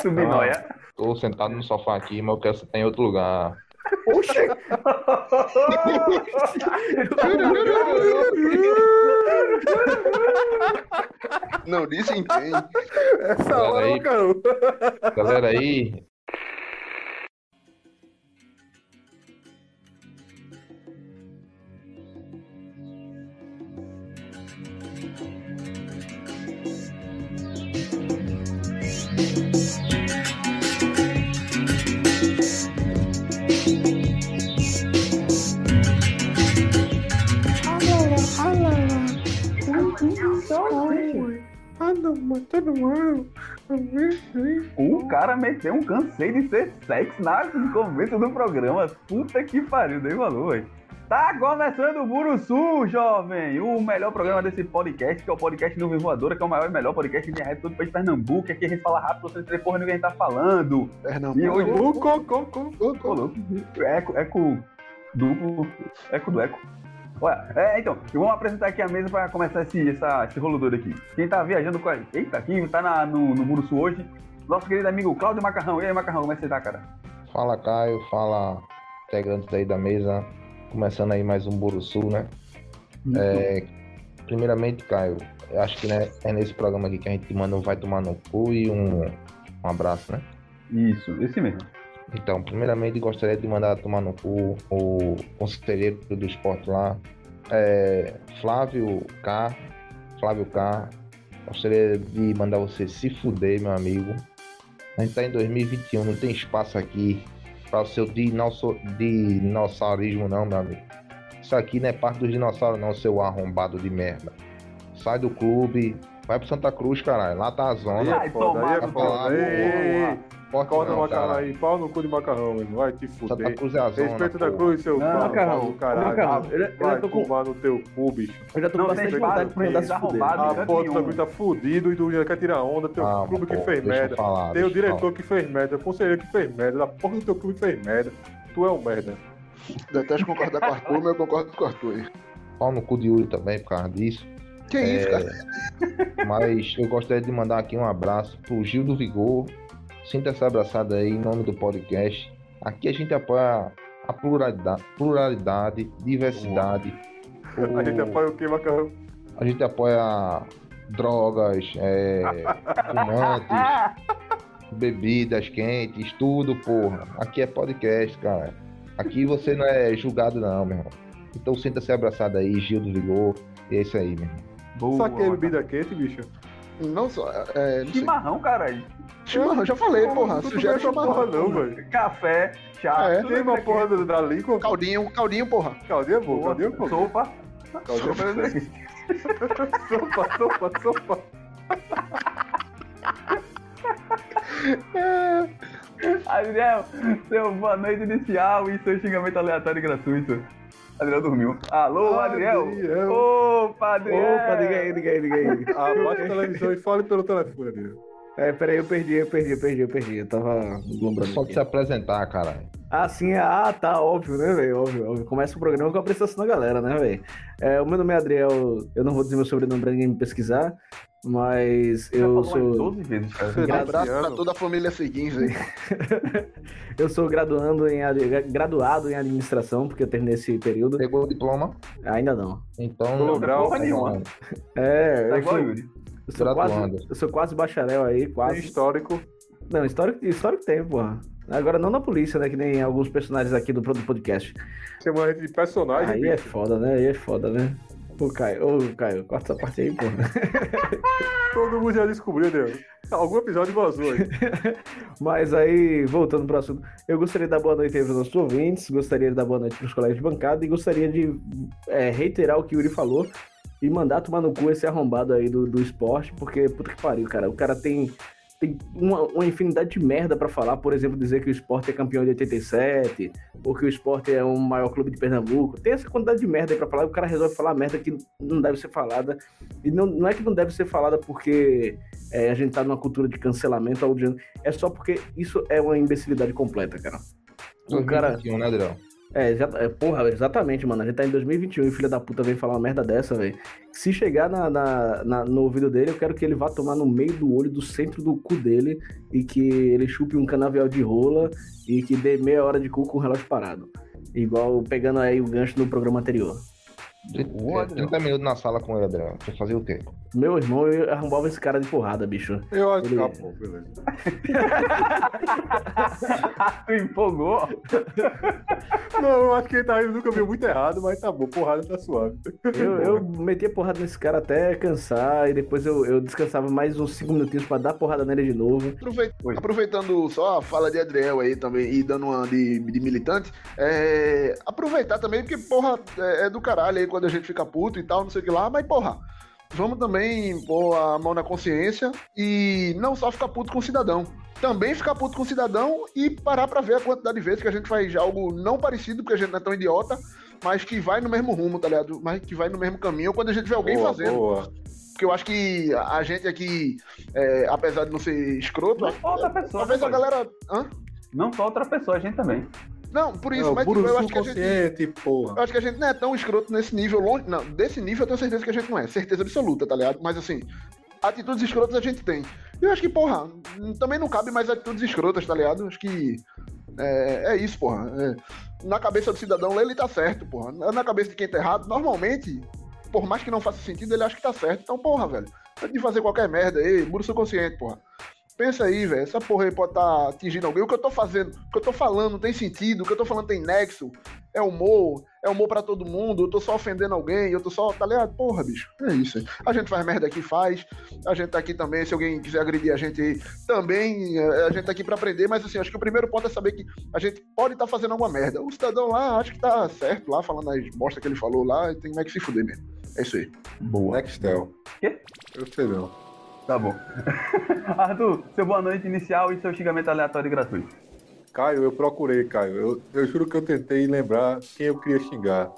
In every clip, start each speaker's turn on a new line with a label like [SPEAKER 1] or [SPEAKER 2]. [SPEAKER 1] Subnoia.
[SPEAKER 2] Tô sentado no sofá aqui, mas eu quero sentar em outro lugar.
[SPEAKER 1] Ah. Oxe!
[SPEAKER 3] Não, desentende.
[SPEAKER 4] Essa
[SPEAKER 2] Olha
[SPEAKER 4] hora,
[SPEAKER 2] aí.
[SPEAKER 4] meu caro.
[SPEAKER 2] Galera aí,
[SPEAKER 1] O cara meteu um cansei de ser sexy na no começo do programa. Puta que pariu, dei valor, velho. Tá começando o Muro Sul, jovem! O melhor programa desse podcast, que é o podcast Nuvem Voadora, que é o maior e melhor podcast de rádio do país de Pernambuco. Aqui a gente fala rápido, você não entender porra ninguém tá falando.
[SPEAKER 3] Pernambuco.
[SPEAKER 1] E hoje... Luco, co, co, co, co, louco. Eco, eco duplo, eco do eco. Olha, é, então, e vamos apresentar aqui a mesa para começar esse, essa, esse rolo doido aqui. Quem tá viajando com a... Eita, quem tá na- no, no Muro Sul hoje, nosso querido amigo Cláudio Macarrão. E aí, Macarrão, como é que você tá, cara?
[SPEAKER 2] fala Caio, fala integrantes aí da mesa. Começando aí mais um Buruçu, né? É, primeiramente, Caio, eu acho que né, é nesse programa aqui que a gente manda um vai tomar no cu e um, um abraço, né?
[SPEAKER 1] Isso, esse mesmo.
[SPEAKER 2] Então, primeiramente gostaria de mandar tomar no cu o conselheiro do esporte lá, é, Flávio K. Flávio K. Gostaria de mandar você se fuder, meu amigo. A gente tá em 2021, não tem espaço aqui para o seu dinosso- dinossaurismo, não, meu amigo. Isso aqui não é parte dos dinossauros, não, seu arrombado de merda. Sai do clube, vai pro Santa Cruz, caralho. Lá tá a zona.
[SPEAKER 1] Vai
[SPEAKER 4] é foda,
[SPEAKER 1] tomar
[SPEAKER 4] aí é
[SPEAKER 2] no
[SPEAKER 4] foda.
[SPEAKER 2] cu.
[SPEAKER 4] Ei, ei, ei.
[SPEAKER 2] Corta
[SPEAKER 4] Corta o
[SPEAKER 2] não,
[SPEAKER 4] macarrão
[SPEAKER 2] caralho.
[SPEAKER 4] aí. Pau no cu de macarrão, mano. Vai te
[SPEAKER 2] Santa
[SPEAKER 4] fuder.
[SPEAKER 2] Cruz é a zona.
[SPEAKER 4] Respeito
[SPEAKER 2] pô.
[SPEAKER 4] da cruz, seu
[SPEAKER 1] Não,
[SPEAKER 4] pau,
[SPEAKER 5] macarrão.
[SPEAKER 4] pau, caralho.
[SPEAKER 5] Macarrão, eu- eu
[SPEAKER 4] Vai
[SPEAKER 5] tô com-
[SPEAKER 4] tomar no teu cu, bicho.
[SPEAKER 5] Eu já tô com
[SPEAKER 1] Não, tem
[SPEAKER 5] bastante
[SPEAKER 1] espaço
[SPEAKER 5] vontade de
[SPEAKER 1] pra
[SPEAKER 5] mandar
[SPEAKER 1] eles
[SPEAKER 5] se fuder.
[SPEAKER 1] arrombados.
[SPEAKER 5] Ah,
[SPEAKER 4] A
[SPEAKER 1] canto
[SPEAKER 4] porta
[SPEAKER 1] nenhum.
[SPEAKER 4] também tá fudido e do jeito quer tirar onda. Teu
[SPEAKER 2] Calma,
[SPEAKER 4] um clube que
[SPEAKER 2] pô,
[SPEAKER 4] fez
[SPEAKER 2] Ah, deixa eu
[SPEAKER 4] merda.
[SPEAKER 2] falar,
[SPEAKER 4] Tem o
[SPEAKER 2] deixa eu
[SPEAKER 4] diretor que fez merda, o conselheiro que fez merda, a porra do teu clube que fez merda. Tu é um merda.
[SPEAKER 3] Detesto concordar com o Arthur, mas eu concordo com o Arthur.
[SPEAKER 2] falar. Pau no cu de Yuri também por causa disso.
[SPEAKER 3] Que isso, cara?
[SPEAKER 2] Mas eu gostaria de mandar aqui um abraço pro Gil do Vigor. Sinta-se abraçado aí em nome do podcast. Aqui a gente apoia a pluralidade, pluralidade diversidade.
[SPEAKER 4] A gente
[SPEAKER 2] O-
[SPEAKER 4] apoia o que, macarrão?
[SPEAKER 2] a gente apoia drogas, é, fumantes,
[SPEAKER 1] Ah,
[SPEAKER 2] bebidas quentes, tudo, porra. Aqui é podcast, cara. Aqui você não é julgado, não, meu irmão. Então sinta-se abraçado aí, Gil do Vigor. E é isso aí, meu irmão.
[SPEAKER 1] boa,
[SPEAKER 4] Saquei
[SPEAKER 1] mano.
[SPEAKER 6] tá
[SPEAKER 4] bebida quente, bicho.
[SPEAKER 3] Não só. É, não sei.
[SPEAKER 1] Chimarrão,
[SPEAKER 4] Ah,
[SPEAKER 1] caralho.
[SPEAKER 3] Chimarrão, já falei, porra.
[SPEAKER 4] Tu não é
[SPEAKER 3] Sugere
[SPEAKER 4] essa porra,
[SPEAKER 3] chimarrão.
[SPEAKER 4] não, velho.
[SPEAKER 1] Café, chá.
[SPEAKER 3] Ah, é?
[SPEAKER 1] tudo
[SPEAKER 4] Tem uma
[SPEAKER 1] isso
[SPEAKER 4] porra da- da língua.
[SPEAKER 3] Caldinho, caldinho, porra.
[SPEAKER 4] Caldinha
[SPEAKER 1] aqui.
[SPEAKER 4] boa, caldinha boa.
[SPEAKER 1] Sopa.
[SPEAKER 4] Caldinha Sopa, sopa, sopa.
[SPEAKER 1] Adriel, seu boa noite inicial e seu xingamento aleatório e gratuito. Adriel dormiu.
[SPEAKER 6] Ah,
[SPEAKER 1] Alô, Adriel.
[SPEAKER 4] Adriel.
[SPEAKER 1] Opa, Adriel.
[SPEAKER 5] Opa, diga aí, diga aí, diga aí.
[SPEAKER 6] Ah,
[SPEAKER 4] Abaixa a televisão e fale pelo telefone, amigo.
[SPEAKER 5] É, peraí, eu perdi, eu perdi, eu perdi, eu perdi. Eu tava
[SPEAKER 2] Só
[SPEAKER 5] deslumbrando.
[SPEAKER 2] de se apresentar, caralho.
[SPEAKER 5] Ah, sim, é- ah, tá, óbvio, né, velho? Óbvio, óbvio. Começa o programa com a apresentação da galera, né, velho? É, o meu nome é Adriel, eu não vou dizer meu sobrenome pra ninguém me pesquisar, mas
[SPEAKER 1] Já falou né?
[SPEAKER 5] eu
[SPEAKER 1] umas
[SPEAKER 5] sou,
[SPEAKER 1] 12 vezes, cara.
[SPEAKER 4] Você
[SPEAKER 3] Um abraço pra
[SPEAKER 4] Graciano.
[SPEAKER 3] toda a família Seguins aí.
[SPEAKER 5] eu sou graduando em, ad- graduado em administração, porque eu terminei esse período.
[SPEAKER 2] Pegou o diploma?
[SPEAKER 5] Ainda não.
[SPEAKER 2] Então.
[SPEAKER 4] Pegou grau,
[SPEAKER 2] Porra nenhuma.
[SPEAKER 5] É,
[SPEAKER 1] Tá
[SPEAKER 5] eu
[SPEAKER 1] igual
[SPEAKER 5] sou,
[SPEAKER 1] o Yuri.
[SPEAKER 5] eu sou
[SPEAKER 2] Graduando.
[SPEAKER 5] quase, eu sou quase bacharel aí,
[SPEAKER 4] Tem
[SPEAKER 5] quase.
[SPEAKER 4] histórico.
[SPEAKER 5] Não, histórico, histórico tem, porra. Agora não na polícia, né? Que nem alguns personagens aqui do, do podcast.
[SPEAKER 4] Chama ele de personagem,
[SPEAKER 5] Aí
[SPEAKER 4] bicho.
[SPEAKER 5] é foda, né? Aí é foda, né? Ô, Caio, ô, Caio, corta essa parte aí, porra.
[SPEAKER 4] Todo mundo já descobriu, Adriano. Algum episódio vazou aí.
[SPEAKER 5] Mas aí, voltando pro assunto, eu gostaria de dar boa noite aí pros nossos ouvintes, gostaria de dar boa noite pros colegas de bancada e gostaria de é, reiterar o que o Yuri falou e mandar tomar no cu esse arrombado aí do, do esporte, porque puta que pariu, cara. O cara tem. Tem uma, uma infinidade de merda pra falar, por exemplo, dizer que o esporte é campeão de 87, ou que o esporte é o maior clube de Pernambuco. Tem essa quantidade de merda aí pra falar, e o cara resolve falar merda que não deve ser falada. E não, não é que não deve ser falada porque é, a gente tá numa cultura de cancelamento,
[SPEAKER 2] Uhum.
[SPEAKER 5] algo do gênero. é só porque isso é uma imbecilidade completa, cara. O cara,
[SPEAKER 2] 2021, né, Adrião?
[SPEAKER 5] É, exa- é, porra, exatamente, mano. A gente tá em 2021 e o filho da puta vem falar uma merda dessa, velho. Se chegar na, na- na- no ouvido dele, eu quero que ele vá tomar no meio do olho, do centro do cu dele, e que ele chupe um canavial de rola e que dê meia hora de cu com o relógio parado. Igual pegando aí o gancho do programa anterior.
[SPEAKER 1] Boa,
[SPEAKER 2] É, 30 minutos na sala com ele, Adriano. Você fazer o quê?
[SPEAKER 5] Meu irmão, eu arrombava esse cara de porrada, bicho.
[SPEAKER 6] Eu acho que
[SPEAKER 5] Ele-
[SPEAKER 6] tá bom, beleza.
[SPEAKER 1] Ah, tu empolgou.
[SPEAKER 6] Não, eu acho que ele tá indo no caminho muito errado, mas tá bom, porrada tá suave.
[SPEAKER 5] Eu, eu metia porrada nesse cara até cansar, e depois eu, eu descansava mais uns 5 minutinhos pra dar porrada nele de novo.
[SPEAKER 3] Aproveit-
[SPEAKER 1] Oi.
[SPEAKER 3] Aproveitando só a fala de Adriel aí também e dando uma de, de militante, é, aproveitar também, porque porra, é, é do caralho aí quando a gente fica puto e tal, não sei o que lá, mas porra, vamos também pôr a mão na consciência e não só ficar puto com o cidadão, também ficar puto com o cidadão e parar pra ver a quantidade de vezes que a gente faz algo não parecido, porque a gente não é tão idiota, mas que vai no mesmo rumo, tá ligado? Mas que vai no mesmo caminho quando a gente vê alguém
[SPEAKER 6] boa,
[SPEAKER 3] fazendo.
[SPEAKER 6] boa.
[SPEAKER 3] Porque eu acho que a a gente aqui, é, apesar de não ser escroto,
[SPEAKER 1] Não só outra pessoa.
[SPEAKER 3] Talvez Tá a
[SPEAKER 1] pode.
[SPEAKER 3] galera. Hã?
[SPEAKER 1] Não só outra pessoa, a gente também.
[SPEAKER 3] Não, por isso,
[SPEAKER 6] é, o
[SPEAKER 3] mas tipo,
[SPEAKER 6] Buruçu
[SPEAKER 3] eu acho que a gente.
[SPEAKER 6] consciente, porra.
[SPEAKER 3] Eu acho que a gente não é tão escroto nesse nível, longe. Não, desse nível eu tenho certeza que a gente não é. Certeza absoluta, tá ligado? Mas assim, atitudes escrotas a gente tem. E eu acho que, porra, n- também não cabe mais atitudes escrotas, tá ligado? Acho que. É, é isso, porra. É. na cabeça do cidadão lá ele tá certo, porra. Na na cabeça de quem tá errado, normalmente, por mais que não faça sentido, ele acha que tá certo. Então, porra, velho. Antes de fazer qualquer merda aí, muro seu consciente, porra. Pensa aí, velho. Essa porra aí pode estar atingindo alguém. O que eu tô fazendo, o que eu tô falando não tem sentido, o que eu tô falando tem nexo, é humor, é humor pra todo mundo, eu tô só ofendendo alguém, eu tô só. Tá ligado? Porra, bicho. É isso aí. A gente faz merda aqui, faz. A gente tá aqui também, se alguém quiser agredir a gente aí, também. é, A gente tá aqui pra aprender, mas assim, acho que o primeiro ponto é saber que a gente pode estar fazendo alguma merda. O cidadão lá, acho que tá certo lá, falando as bosta que ele falou lá, e tem mais que se fuder mesmo. É isso aí.
[SPEAKER 1] Boa.
[SPEAKER 6] Nextel.
[SPEAKER 1] Quê?
[SPEAKER 6] Eu sei não.
[SPEAKER 1] Tá bom. Arthur, seu boa noite inicial e seu xingamento aleatório e gratuito.
[SPEAKER 6] Caio, eu procurei, Caio. Eu, eu juro que eu tentei lembrar quem eu queria xingar.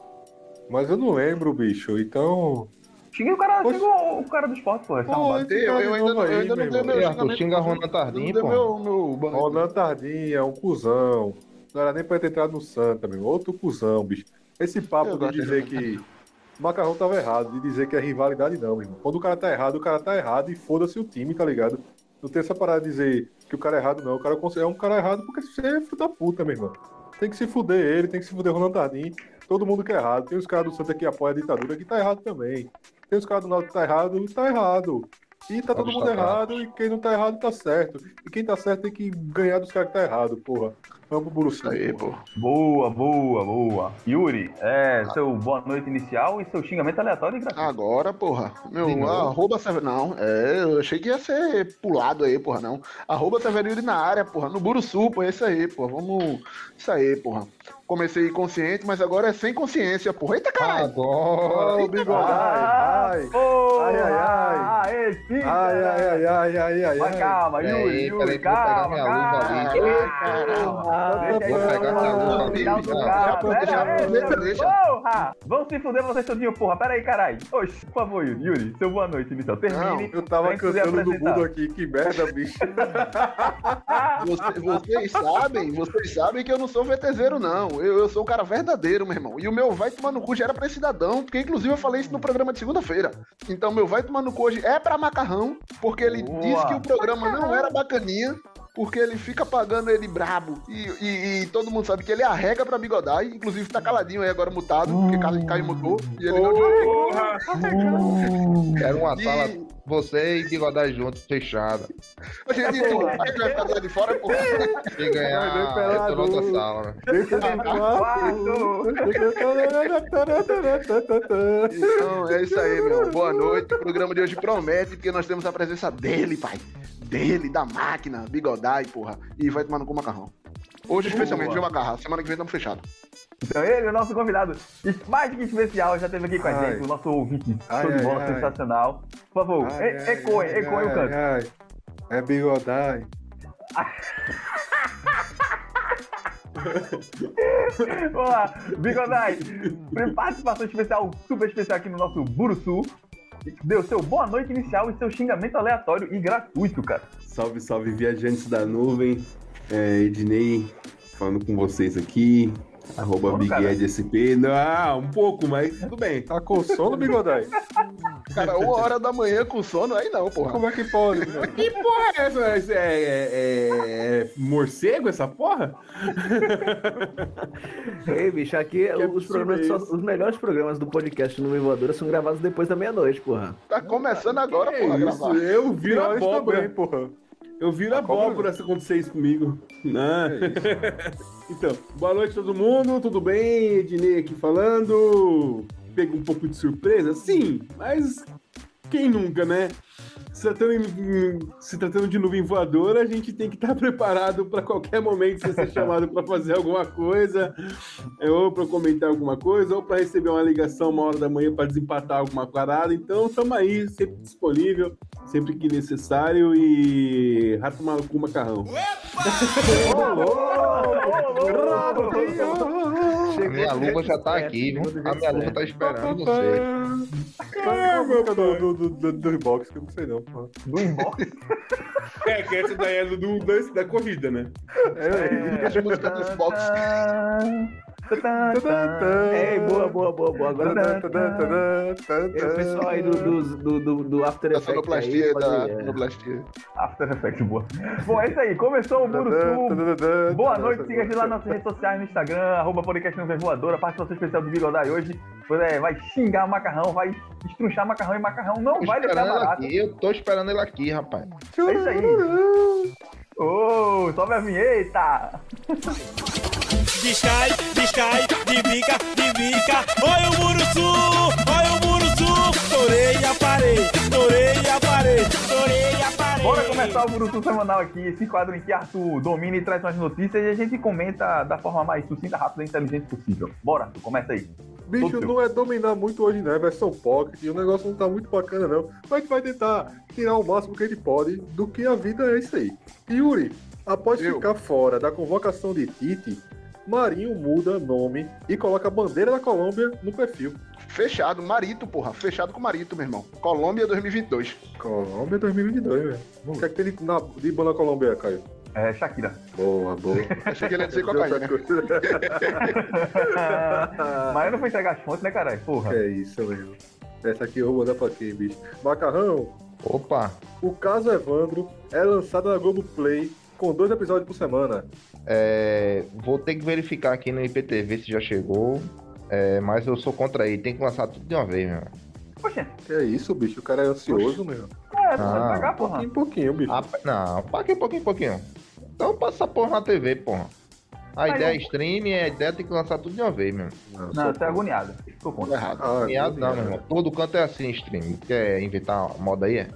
[SPEAKER 6] Mas eu não lembro, bicho. Então.
[SPEAKER 1] Xinguei o cara,
[SPEAKER 6] Oxe.
[SPEAKER 1] xingou o cara do esporte, Tá pô. essa arrombada.
[SPEAKER 6] esse
[SPEAKER 3] Eu,
[SPEAKER 6] cara
[SPEAKER 3] eu
[SPEAKER 6] de
[SPEAKER 3] ainda,
[SPEAKER 6] novo
[SPEAKER 3] não- eu
[SPEAKER 6] aí,
[SPEAKER 3] ainda não
[SPEAKER 6] meu
[SPEAKER 3] dei
[SPEAKER 6] irmão.
[SPEAKER 3] meu
[SPEAKER 2] Ei, Arthur,
[SPEAKER 3] xingamento.
[SPEAKER 2] xinga Ronan
[SPEAKER 3] eu
[SPEAKER 2] Tardim,
[SPEAKER 3] não dei
[SPEAKER 2] porra.
[SPEAKER 3] meu, meu boa noite.
[SPEAKER 6] Ronan Tardim é um cuzão. Não era nem pra ter entrado no Santa, meu. Outro cuzão, bicho. Esse papo
[SPEAKER 3] Eu
[SPEAKER 6] de
[SPEAKER 3] gosto
[SPEAKER 6] dizer que o Macarrão tava errado, de dizer que é rivalidade, não, meu irmão. Quando o cara tá errado, o cara tá errado e foda-se o time, tá ligado? Não tem essa parada de dizer que o cara é errado, não. O cara é um cara errado porque você é filho da puta, meu irmão. Tem que se fuder ele, tem que se fuder o Ronan Tardim. Todo mundo que é errado. Tem os caras do Santa que apoia a ditadura que tá errado também. Tem os caras do Náutico que tá errado, tá errado. E tá todo
[SPEAKER 2] Vamos
[SPEAKER 6] mundo
[SPEAKER 2] tocar.
[SPEAKER 6] errado, e quem não tá errado tá certo. E quem tá certo tem que ganhar dos caras que tá errado, porra. Vamos pro Buruçu.
[SPEAKER 3] Aí,
[SPEAKER 6] porra.
[SPEAKER 3] pô.
[SPEAKER 1] Boa, boa, boa. Yuri, é, seu boa noite inicial e seu xingamento aleatório e gratuito.
[SPEAKER 3] Agora, porra.
[SPEAKER 2] De
[SPEAKER 3] Meu,
[SPEAKER 2] novo?
[SPEAKER 3] arroba Sever- Não, é, eu achei que ia ser pulado aí, porra, não. Arroba Severino na área, porra. No Buruçu, pô, é isso aí, porra. Vamos. Isso aí, porra. Comecei consciente, mas agora é sem consciência, porra. Eita caralho!
[SPEAKER 2] Ah, Agora.
[SPEAKER 6] Ô,
[SPEAKER 1] Ah,
[SPEAKER 6] Bigodai, ai.
[SPEAKER 1] porra!
[SPEAKER 6] Ai, ai, ai.
[SPEAKER 1] Aê, filho!
[SPEAKER 6] Ai, ai, ai, ai, ai, ai,
[SPEAKER 1] Mas
[SPEAKER 6] ai.
[SPEAKER 1] calma,
[SPEAKER 2] Peraí,
[SPEAKER 1] Yuri, Yuri,
[SPEAKER 2] peraí que eu vou pegar
[SPEAKER 1] calma,
[SPEAKER 2] minha
[SPEAKER 1] calma.
[SPEAKER 2] luva ali.
[SPEAKER 5] Ah,
[SPEAKER 1] Deixa aí,
[SPEAKER 2] vou pegar essa
[SPEAKER 1] calma,
[SPEAKER 2] luva ali,
[SPEAKER 1] calma,
[SPEAKER 2] já.
[SPEAKER 1] calma.
[SPEAKER 3] Já pode deixar,
[SPEAKER 1] Pera aí,
[SPEAKER 3] deixa,
[SPEAKER 1] seu-
[SPEAKER 3] deixa.
[SPEAKER 1] Porra! Vão se fuder vocês todinho, porra. Pera aí, caralho. Oxe, por favor, Yuri, Yuri, seu boa noite inicial. Termine.
[SPEAKER 6] Eu tava
[SPEAKER 1] Tem que se
[SPEAKER 6] cantando do
[SPEAKER 1] apresentar.
[SPEAKER 6] Budo aqui, que merda, bicho.
[SPEAKER 3] Você- vocês sabem, vocês sabem que eu não sou VTZero, não. Eu, eu sou um cara verdadeiro, meu irmão. E o meu vai tomar no cu já era pra esse cidadão, porque inclusive eu falei isso no programa de segunda-feira. Então, meu vai tomar no cu hoje é pra macarrão, porque ele
[SPEAKER 1] Boa.
[SPEAKER 3] disse que o programa não era bacaninha. Porque ele fica pagando ele brabo. E, e- e todo mundo sabe que ele arrega pra bigodar. Inclusive tá caladinho aí agora mutado, porque Caio- Caio mutou. E ele não.
[SPEAKER 6] Porra!
[SPEAKER 2] Era uma
[SPEAKER 3] E-
[SPEAKER 2] sala, você e Bigodai juntos, fechada.
[SPEAKER 3] a gente, a gente vai ficar do lado de fora, pô.
[SPEAKER 2] Quem ganhar,
[SPEAKER 6] Vai ver pelado.
[SPEAKER 2] entra na outra sala, né?
[SPEAKER 6] Deixa eu falar.
[SPEAKER 3] Então é isso aí, meu. Boa noite. O programa de hoje promete, porque nós temos a presença dele, pai. Dele, da máquina, bigodai, porra. E vai tomar no cu macarrão. Hoje, especialmente, viu, macarrão? Semana que vem estamos fechados.
[SPEAKER 1] Então ele, o nosso convidado mais que especial, já esteve aqui com a
[SPEAKER 6] Ai.
[SPEAKER 1] gente, o nosso ouvinte
[SPEAKER 6] Ai,
[SPEAKER 1] show de
[SPEAKER 6] ai,
[SPEAKER 1] bola
[SPEAKER 6] ai.
[SPEAKER 1] sensacional. Por favor,
[SPEAKER 6] Ai,
[SPEAKER 1] e-
[SPEAKER 6] ai,
[SPEAKER 1] ecoe,
[SPEAKER 6] ai,
[SPEAKER 1] ecoe o
[SPEAKER 6] ai,
[SPEAKER 1] canto.
[SPEAKER 6] ai. É bigodai.
[SPEAKER 1] Vamos lá, Bigodai, pre- participação especial, super especial aqui no nosso Buruçu. Deu seu boa noite inicial e seu xingamento aleatório e gratuito, cara.
[SPEAKER 7] Salve, salve, viajantes da nuvem. É, Ednei falando com vocês aqui.
[SPEAKER 6] Arroba Big Ed SP. Não, um pouco, mas tudo bem.
[SPEAKER 4] Tá com sono, bigodai?
[SPEAKER 3] Cara, uma hora da manhã com sono, aí não, porra.
[SPEAKER 4] Como é que pode? velho?
[SPEAKER 6] Que porra é essa? Isso É, é- é- é morcego essa porra?
[SPEAKER 5] Ei, bicho, aqui os,
[SPEAKER 4] possível
[SPEAKER 5] programas só-
[SPEAKER 4] isso?
[SPEAKER 5] os melhores programas do podcast no Voadora são gravados depois da meia-noite, porra.
[SPEAKER 3] Tá começando agora,
[SPEAKER 6] Que
[SPEAKER 3] porra, a
[SPEAKER 6] É isso?
[SPEAKER 3] gravar.
[SPEAKER 6] Eu viro
[SPEAKER 4] Piores
[SPEAKER 6] abóbora.
[SPEAKER 4] também, porra.
[SPEAKER 6] Eu viro abóbora se acontecer isso comigo. Não. Então, boa noite todo mundo, tudo bem? Ednei aqui falando. Pego um pouco de surpresa? Sim, mas quem nunca, né? Se tratando, em- se tratando de nuvem voadora, a gente tem que estar preparado para qualquer momento você ser chamado para fazer alguma coisa, é, ou para comentar alguma coisa, ou para receber uma ligação uma hora da manhã para desempatar alguma parada. Então, estamos aí, sempre disponível, sempre que necessário e rato maluco macarrão.
[SPEAKER 2] A minha luva já tá
[SPEAKER 5] certo,
[SPEAKER 2] aqui, viu?
[SPEAKER 5] tudo
[SPEAKER 2] A minha
[SPEAKER 5] certo.
[SPEAKER 2] luva tá esperando você.
[SPEAKER 4] Qual é a música do, do, do, do, do Reeboks, que eu não sei não. porra.
[SPEAKER 6] É, que essa daí é do, do- da- da corrida, né?
[SPEAKER 3] As músicas dos box.
[SPEAKER 5] Ei, boa, boa, boa, boa. Agora Ei, o pessoal aí do, do, do, do- do After
[SPEAKER 3] Da
[SPEAKER 5] Effects.
[SPEAKER 3] sonoplastia,
[SPEAKER 5] aí, pode-
[SPEAKER 3] da
[SPEAKER 5] é.
[SPEAKER 3] sonoplastia.
[SPEAKER 1] After Effect, boa. Bom, é isso aí. Começou o Muro Sul. Boa noite, siga a gente lá nas nossas redes sociais, no Instagram, arroba podcast Nuvem Voadora, participação especial do Bigodai hoje. Pois é, vai xingar macarrão, vai estrunchar macarrão e macarrão não
[SPEAKER 2] Tô
[SPEAKER 1] vai deixar
[SPEAKER 2] esperando ela
[SPEAKER 1] barato.
[SPEAKER 2] aqui. Eu tô esperando ele aqui, rapaz.
[SPEAKER 1] É isso aí. Ô, sobe a vinheta.
[SPEAKER 8] Descai, descai, de bica, de bica. Olha o muro sul, olha o muro sul. Torei a parede, torei a parede, torei a parede.
[SPEAKER 1] Bora começar o Burutu Semanal aqui, esse quadro em que Arthur domina e traz umas notícias e a gente comenta da forma mais sucinta, rápida e inteligente possível. Bora, Arthur, começa aí.
[SPEAKER 4] Bicho, não é dominar muito hoje, né? É versão pocket, e o negócio não tá muito bacana, não. Mas a gente vai tentar tirar o máximo que a gente pode do que a vida é isso aí. Yuri, após
[SPEAKER 3] Eu.
[SPEAKER 4] ficar fora da convocação de Tite, Marinho muda nome e coloca a bandeira da Colômbia no perfil.
[SPEAKER 3] Fechado, Marito, porra. Fechado com Marito, meu irmão. Colômbia 2022.
[SPEAKER 4] Colômbia 2022, velho. O que é que tem de, na, de bom na Colômbia, Caio?
[SPEAKER 1] É, Shakira.
[SPEAKER 4] Boa, boa.
[SPEAKER 3] Achei que ele ia dizer
[SPEAKER 4] Outra
[SPEAKER 5] é
[SPEAKER 3] cocaína.
[SPEAKER 4] coisa.
[SPEAKER 1] Mas eu não vou entregar as fontes, né, caralho? Porra.
[SPEAKER 4] É isso, mesmo. Essa aqui eu vou mandar pra quem, bicho? Macarrão,
[SPEAKER 2] Opa,
[SPEAKER 4] O caso Evandro é lançado na Globoplay com dois episódios por semana.
[SPEAKER 2] é, vou ter que verificar aqui no IPTV se já chegou. É, mas eu sou contra ele. Tem que lançar tudo de uma vez, meu.
[SPEAKER 1] Poxa,
[SPEAKER 4] Que é isso, bicho? O cara é ansioso, meu.
[SPEAKER 1] é, não
[SPEAKER 2] Ah.
[SPEAKER 1] vai entregar, porra.
[SPEAKER 4] Em pouquinho, bicho.
[SPEAKER 2] Ah, não, paga um pouquinho, pouquinho. Então passa essa porra na TV, porra. A
[SPEAKER 1] Mas
[SPEAKER 2] ideia
[SPEAKER 1] eu-
[SPEAKER 2] é streaming, a ideia tem que lançar tudo de uma vez, meu.
[SPEAKER 1] Não, você é agoniado. Tô contra.
[SPEAKER 3] Tá Errado.
[SPEAKER 4] Ah,
[SPEAKER 2] Miado não, meu
[SPEAKER 4] meu.
[SPEAKER 2] irmão. Todo canto é assim, streaming. Quer inventar uma moda aí? é?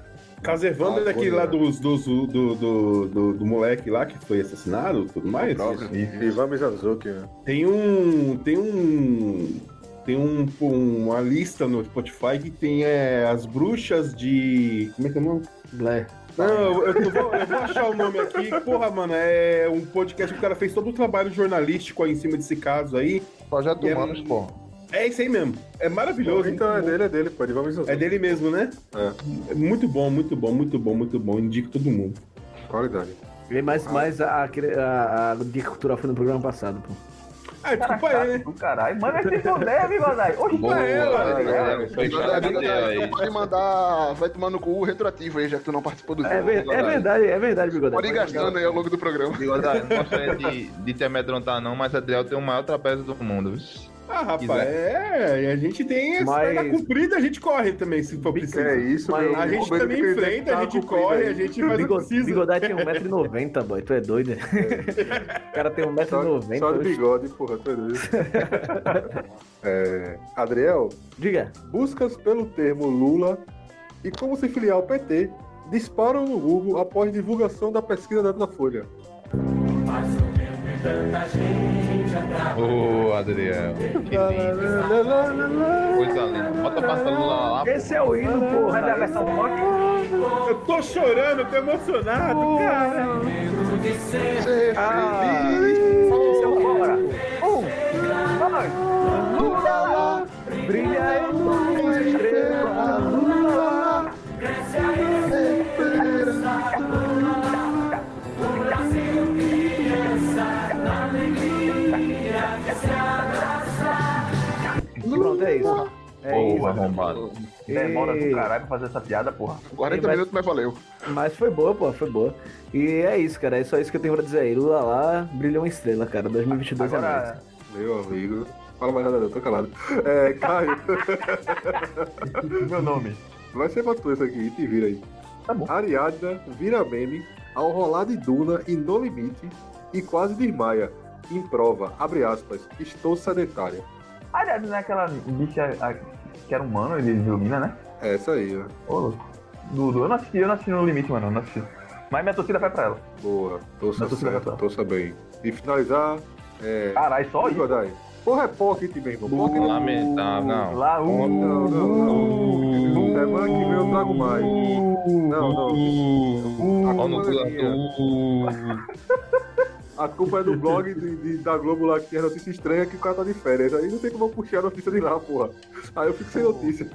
[SPEAKER 6] Caservando
[SPEAKER 4] Ah,
[SPEAKER 6] é daquele lá dos, dos- do, do, do, do- do moleque lá que foi assassinado e tudo mais.
[SPEAKER 3] Tá
[SPEAKER 4] Ivan Mizanzuki, meu.
[SPEAKER 6] Tem um. Tem um. Tem um, uma lista no Spotify que tem é, as bruxas de. Como é que é o nome?
[SPEAKER 5] Blair.
[SPEAKER 6] Não, eu, eu vou, eu vou achar o nome aqui. Porra, mano, é um podcast que o cara fez todo o trabalho jornalístico aí em cima desse caso aí.
[SPEAKER 2] Projeto
[SPEAKER 6] E é-
[SPEAKER 2] Humanos, porra.
[SPEAKER 6] É isso aí mesmo. É maravilhoso.
[SPEAKER 4] Então é dele, é dele, pô. Ivan Mizanzuki.
[SPEAKER 6] É dele mesmo, né? É Muito bom, muito bom, muito bom, muito bom. Indico todo mundo.
[SPEAKER 4] Qualidade.
[SPEAKER 5] E mais, mais a, a, a dica cultural foi no programa passado, pô.
[SPEAKER 6] Ah, desculpa
[SPEAKER 1] Caraca,
[SPEAKER 6] aí, né?
[SPEAKER 1] do caralho. é Manda esse poder, Bigodai. Oxe,
[SPEAKER 6] Boa,
[SPEAKER 1] ela,
[SPEAKER 3] É,
[SPEAKER 4] É,
[SPEAKER 6] galera.
[SPEAKER 1] né?
[SPEAKER 3] Tu pode mandar. Vai tomar no cu retroativo aí, já que tu não participou do
[SPEAKER 5] É,
[SPEAKER 3] jogo.
[SPEAKER 5] ver- é verdade, é verdade, Bigodé.
[SPEAKER 3] Pode ir gastando aí ao longo do programa.
[SPEAKER 2] Bigodai, não gostaria de, de te amedrontar, não, mas Adriel tem o maior trapézio do mundo. viu?
[SPEAKER 6] Ah, rapaz,
[SPEAKER 2] Quiser.
[SPEAKER 6] é. e A gente tem essa
[SPEAKER 5] Mas-
[SPEAKER 6] perna comprida, a gente corre também, se for preciso.
[SPEAKER 4] É isso,
[SPEAKER 5] Mas-
[SPEAKER 4] meu.
[SPEAKER 6] A gente
[SPEAKER 4] Como é que
[SPEAKER 6] também
[SPEAKER 4] ele
[SPEAKER 6] enfrenta,
[SPEAKER 4] tá
[SPEAKER 6] a gente
[SPEAKER 4] cumprido
[SPEAKER 6] corre,
[SPEAKER 4] aí?
[SPEAKER 6] a gente Tipo, faz o que precisa.
[SPEAKER 5] Bigodé tem 1,90m, boy. Tu é doido? né? o cara tem
[SPEAKER 4] Só de
[SPEAKER 5] 1,90m.
[SPEAKER 4] bigode, porra. Tu é doido. É, Adriel,
[SPEAKER 5] Diga.
[SPEAKER 4] buscas pelo termo Lula e como se filiar ao PT disparam no Google após divulgação da pesquisa da Datafolha.
[SPEAKER 2] Ô, Adriel, que lindo. Coisa linda. Bota pra celular lá, pô.
[SPEAKER 5] Esse é o hino, porra.
[SPEAKER 1] Mas é a versão rock.
[SPEAKER 6] Eu tô chorando, eu tô emocionado, cara.
[SPEAKER 3] Ser
[SPEAKER 4] Ah.
[SPEAKER 3] feliz.
[SPEAKER 1] Então bora. Um,
[SPEAKER 5] Brilha em luz, estrela.
[SPEAKER 1] dois,
[SPEAKER 5] é isso.
[SPEAKER 3] Porra,
[SPEAKER 5] É
[SPEAKER 2] Ô,
[SPEAKER 5] isso.
[SPEAKER 2] arrombado.
[SPEAKER 1] Demora
[SPEAKER 5] E-
[SPEAKER 1] é do caralho pra fazer essa piada, porra.
[SPEAKER 3] 40
[SPEAKER 5] Mas-
[SPEAKER 3] minutos, mas valeu.
[SPEAKER 5] Mas foi boa, pô, foi boa. E é isso, cara. É só isso que eu tenho pra dizer aí. Lula lá, brilha uma estrela, cara. 2022 é nóis.
[SPEAKER 1] Agora,
[SPEAKER 4] Meu amigo. Fala mais nada, não, tô calado. É, Caio,
[SPEAKER 1] meu nome.
[SPEAKER 4] vai ser pra tu isso aqui, te vira aí.
[SPEAKER 1] Tá bom.
[SPEAKER 4] Ariadna vira meme ao rolar de Duna e No Limite e quase desmaia. Em prova, abre aspas, estou sedentária.
[SPEAKER 1] Aliás, não é aquela bicha a- que era humano, ele ilumina, né?
[SPEAKER 4] É essa aí, ó.
[SPEAKER 1] Ô, louco. Dudu, eu não assisti, eu não assisti no limite, mano. Eu não assisti. Mas minha torcida vai pra ela.
[SPEAKER 4] Boa, torça
[SPEAKER 1] Mas tu se
[SPEAKER 4] certo,
[SPEAKER 1] levantou.
[SPEAKER 4] torça bem. E finalizar, é...
[SPEAKER 1] Caralho, só isso.
[SPEAKER 4] Godai. Porra, é Pocket mesmo. Pocket é
[SPEAKER 2] Lamentável.
[SPEAKER 1] Lá,
[SPEAKER 4] Não,
[SPEAKER 1] um.
[SPEAKER 4] não, não. Semana que vem eu trago mais. Não, não. A
[SPEAKER 2] Ó no
[SPEAKER 4] culpa, não é minha. A culpa é do blog de- de- da Globo lá que tem a notícia estranha que o cara tá de férias. Aí não tem como eu puxar a notícia de lá, porra. Aí eu fico sem notícia.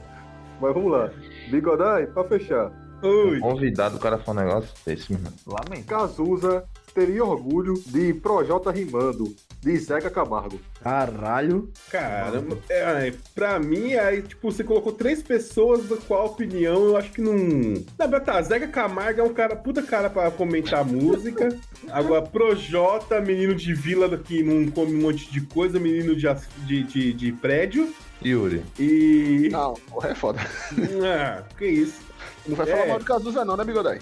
[SPEAKER 4] Mas vamos lá. Bigodai, pra fechar.
[SPEAKER 6] Oi.
[SPEAKER 2] Convidado, o cara fala um negócio desse, meu irmão.
[SPEAKER 1] Lamento.
[SPEAKER 4] Cazuza teria orgulho de Projota rimando, de Zeca Camargo.
[SPEAKER 5] Caralho.
[SPEAKER 6] Caramba, é, ai, pra mim, aí, tipo, você colocou três pessoas da qual opinião eu acho que não. Na verdade, tá, Zeca Camargo é um cara, puta cara pra comentar música. Agora, Projota, menino de vila que não come um monte de coisa, menino de, as- de, de, de prédio.
[SPEAKER 2] Yuri,
[SPEAKER 6] E.
[SPEAKER 3] Não, porra, é foda.
[SPEAKER 6] Ah, que isso.
[SPEAKER 3] Não vai
[SPEAKER 6] É.
[SPEAKER 3] falar mal do Cazuza, não, né, Bigodai?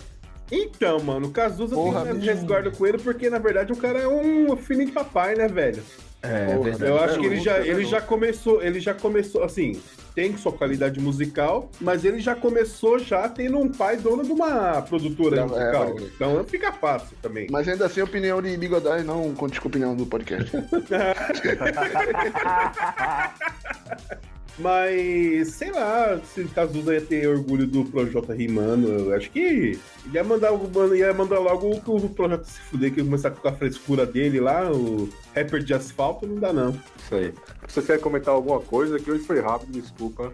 [SPEAKER 6] Então, mano, o Cazuza
[SPEAKER 3] Porra,
[SPEAKER 6] tem né,
[SPEAKER 3] bicho.
[SPEAKER 6] resguardo com ele porque, na verdade, o cara é um filho de papai, né, velho?
[SPEAKER 2] é
[SPEAKER 4] Porra,
[SPEAKER 2] verdade.
[SPEAKER 3] né?
[SPEAKER 6] Eu acho que ele
[SPEAKER 4] Veludo,
[SPEAKER 6] já,
[SPEAKER 4] é
[SPEAKER 6] ele
[SPEAKER 4] veludo.
[SPEAKER 6] já começou, ele já começou, assim, tem sua qualidade musical, mas ele já começou já tendo um pai dono de uma produtora
[SPEAKER 3] Não, é,
[SPEAKER 6] musical.
[SPEAKER 3] pode crer.
[SPEAKER 6] então fica fácil também.
[SPEAKER 3] Mas ainda assim, a opinião de Bigodai não conte com a opinião do podcast.
[SPEAKER 6] Mas, sei lá, se o Cazuza ia ter orgulho do Projota rimando, eu acho que ele ia mandar, o- mano, ia mandar logo o que o Projota se fuder, que ia começar com a frescura dele lá, o rapper de asfalto, não dá não.
[SPEAKER 4] Isso aí. Você quer comentar alguma coisa? Que hoje foi rápido, desculpa.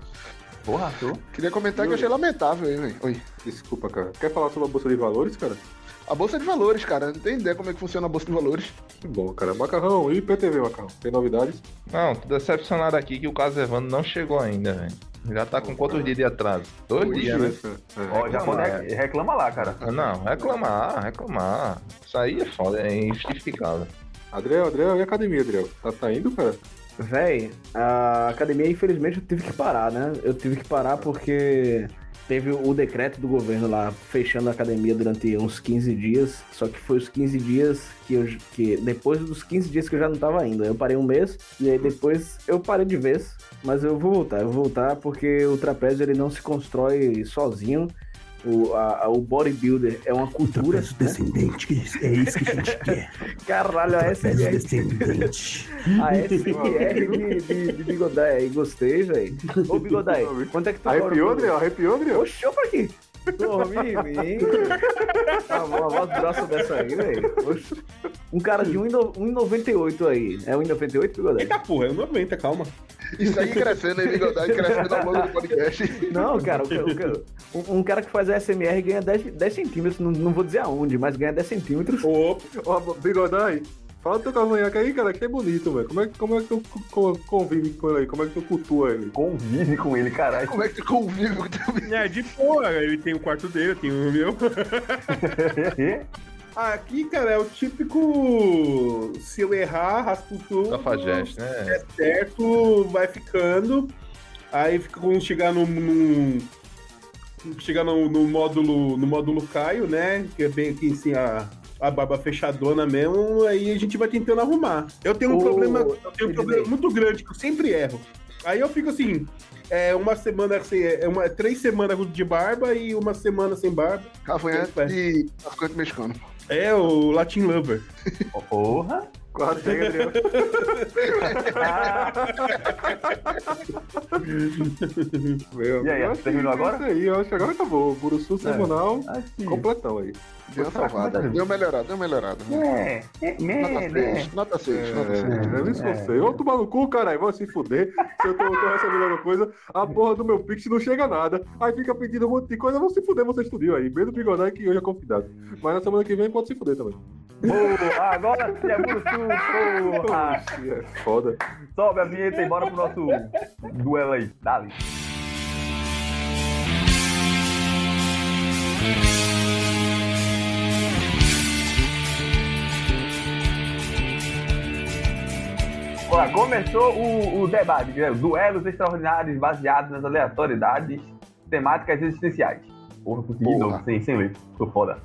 [SPEAKER 1] Porra, tu.
[SPEAKER 3] Queria comentar que eu achei lamentável, hein, velho. Oi.
[SPEAKER 4] Desculpa, cara. Quer falar sobre a Bolsa de Valores, cara?
[SPEAKER 3] A bolsa de valores, cara. Não tem ideia como é que funciona a bolsa de valores.
[SPEAKER 4] Que bom, cara. Macarrão, e PTV, Macarrão? Tem novidades?
[SPEAKER 2] Não, tô decepcionado aqui que o caso Evandro não chegou ainda, velho. Já tá com quantos dias de atraso? Dois dias, né?
[SPEAKER 4] É,
[SPEAKER 1] Ó, já pode
[SPEAKER 2] Reclamar.
[SPEAKER 1] re- reclama lá, cara.
[SPEAKER 2] Ah, Não, reclamar, reclamar. Isso aí é foda, é injustificável.
[SPEAKER 4] Adriel, Adriel, e a academia, Adriel? Tá saindo, cara?
[SPEAKER 5] Véi, a academia, infelizmente, eu tive que parar, né? Eu tive que parar porque teve o decreto do governo lá fechando a academia durante uns 15 dias. Só que foi os 15 dias que eu. Que depois dos 15 dias que eu já não tava indo. Eu parei um mês e aí depois eu parei de vez. Mas eu vou voltar, eu vou voltar porque o trapézio ele não se constrói sozinho. O, a- a- o bodybuilder é uma cultura.
[SPEAKER 9] Peço descendente, que isso- é isso que a gente quer.
[SPEAKER 5] Caralho, a
[SPEAKER 9] Peço
[SPEAKER 5] SBR
[SPEAKER 9] descendente.
[SPEAKER 5] A SMR de, de, de Bigodai aí, gostei, velho. Ô, Bigodai, quanto é que tá
[SPEAKER 4] Arrepiou,
[SPEAKER 5] agora?
[SPEAKER 4] Adriel? Arrepiou, Adriel?
[SPEAKER 5] Oxi, opa aqui. Dormi em mim. Tá bom, a voz grossa dessa aí, velho. Oxi. Um cara de 1,9- 1,98 aí. É 1,98, Bigodai?
[SPEAKER 6] Eita porra, eu não aguento, calma.
[SPEAKER 3] E segue crescendo, hein, Bigodai? Crescendo ao longo do podcast.
[SPEAKER 5] Não, cara, o ca- o ca- um, um cara que faz SMR ganha 10, 10 centímetros, não, não vou dizer aonde, mas ganha 10 centímetros.
[SPEAKER 6] Opa.
[SPEAKER 4] Ó, Bigodai, fala do teu cavanhaque aí, cara, que é bonito, velho. Como é, que- como é que tu co- co- convive com ele aí? Como é que tu cultua ele?
[SPEAKER 1] Convive com ele, caralho.
[SPEAKER 3] Como é que tu convive com teu bicho?
[SPEAKER 6] É, de porra, ele tem o quarto dele, eu tenho o meu. Aqui, cara, é o típico. Se eu errar, raspo tudo.
[SPEAKER 2] Cafajeste, né?
[SPEAKER 6] Certo, vai ficando. Aí fica quando chegar no. no chegar no, no módulo. No módulo Caio, né? Que é bem aqui assim, a. A barba fechadona mesmo, aí a gente vai tentando arrumar. Eu tenho um
[SPEAKER 5] Ô,
[SPEAKER 6] problema, eu tenho um
[SPEAKER 5] Felipe.
[SPEAKER 6] problema muito grande, que eu sempre erro. Aí eu fico assim, é uma semana sem. É uma, três semanas de barba e uma semana sem barba.
[SPEAKER 3] Cavanhaque de traficante mexicano.
[SPEAKER 6] É o Latin Lover.
[SPEAKER 1] Porra.
[SPEAKER 4] Claro, chega, Adriel. Meu,
[SPEAKER 1] E aí,
[SPEAKER 4] eu acho que
[SPEAKER 1] terminou
[SPEAKER 4] é
[SPEAKER 1] agora?
[SPEAKER 4] Isso aí, eu acho que agora acabou. Burussu semanal,
[SPEAKER 1] Assim.
[SPEAKER 4] completão aí.
[SPEAKER 3] Deu uma salvada. Deu uma melhorada, deu uma melhorada.
[SPEAKER 1] É, é,
[SPEAKER 3] Nota 6, nota 6, nota 6.
[SPEAKER 4] É, eu me esforcei. Ô, tomar no cu, caralho, vai se fuder. Se eu tô, tô recebendo alguma coisa, a porra do meu Pix não chega nada. Aí fica pedindo um monte de coisa, vão se fuder, você estudiou aí. Bem do Bigodai que hoje é convidado. Mas na semana que vem pode se fuder também.
[SPEAKER 1] Boa, agora sim é Muruçu, porra.
[SPEAKER 4] É foda.
[SPEAKER 1] Sobe a vinheta e bora pro nosso duelo aí. Dali. Olha, começou o, o debate, né? duelos extraordinários baseados nas aleatoriedades temáticas existenciais. Porra, consegui de
[SPEAKER 3] Porra.
[SPEAKER 1] novo, sem, sem ler, tô foda.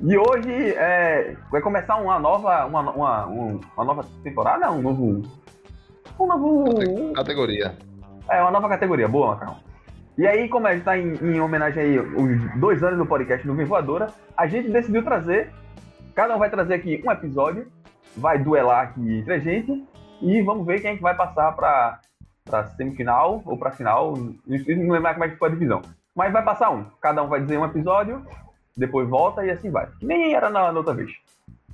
[SPEAKER 1] E hoje é, vai começar uma nova, uma, uma, um- uma nova temporada, um novo, um
[SPEAKER 3] Uhum.
[SPEAKER 1] novo,
[SPEAKER 2] Categoria.
[SPEAKER 1] é uma nova categoria, boa, Macarrão. E aí, como a gente tá em, em homenagem aí os dois anos do podcast do Vem Voadora, a gente decidiu trazer. Cada um vai trazer aqui um episódio, vai duelar aqui entre a gente e vamos ver quem é que vai passar pra, pra semifinal ou pra final. e Não lembro como é que ficou a divisão. Mas vai passar um. Cada um vai dizer um episódio, depois volta e assim vai. Que nem era na, na outra vez.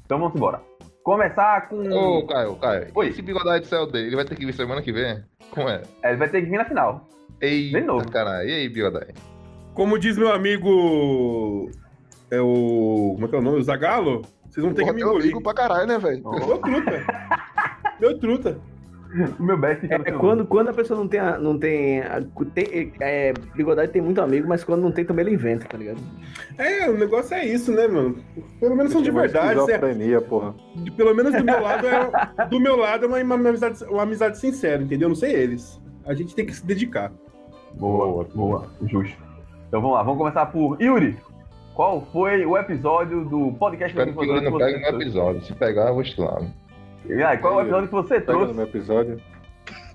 [SPEAKER 1] Então vamos embora. Começar com.
[SPEAKER 3] Uhum.
[SPEAKER 2] Ô, Caio, Caio.
[SPEAKER 1] Oi.
[SPEAKER 2] Esse bigodai do céu dele, ele vai ter que vir semana que vem? Como é?
[SPEAKER 1] É, ele vai ter que vir na final.
[SPEAKER 2] Eita,
[SPEAKER 1] De novo.
[SPEAKER 2] caralho. E aí, bigodai?
[SPEAKER 6] Como diz meu amigo. É o. Como é que é o nome? O Zagalo? Vocês vão ter
[SPEAKER 3] Porra,
[SPEAKER 6] que me
[SPEAKER 3] eu
[SPEAKER 6] engolir.
[SPEAKER 3] ligo pra caralho, né, velho?
[SPEAKER 6] Eu sou truta. Meu truta.
[SPEAKER 1] O meu best fica
[SPEAKER 5] É
[SPEAKER 1] no final.
[SPEAKER 5] quando, quando a pessoa não tem. a- não tem, a- tem- é, bigodade tem muito amigo, mas quando não tem também ele inventa, tá ligado?
[SPEAKER 6] É, o negócio é isso, né, mano? Pelo menos são de verdade. certo?
[SPEAKER 4] Esquizofrenia, porra.
[SPEAKER 6] Pelo menos do meu lado é, do meu lado é uma, uma amizade, uma amizade sincera, entendeu? Não sei eles. A gente tem que se dedicar.
[SPEAKER 1] Boa, boa, justo. Então vamos lá, vamos começar por Yuri. Qual foi o episódio do podcast
[SPEAKER 2] Espero que ele não
[SPEAKER 1] você
[SPEAKER 2] pegue no episódio. Se pegar, eu vou né? estilar.
[SPEAKER 1] trouxe? Ah, qual é o episódio que você
[SPEAKER 4] Pega no
[SPEAKER 1] trouxe
[SPEAKER 4] meu episódio.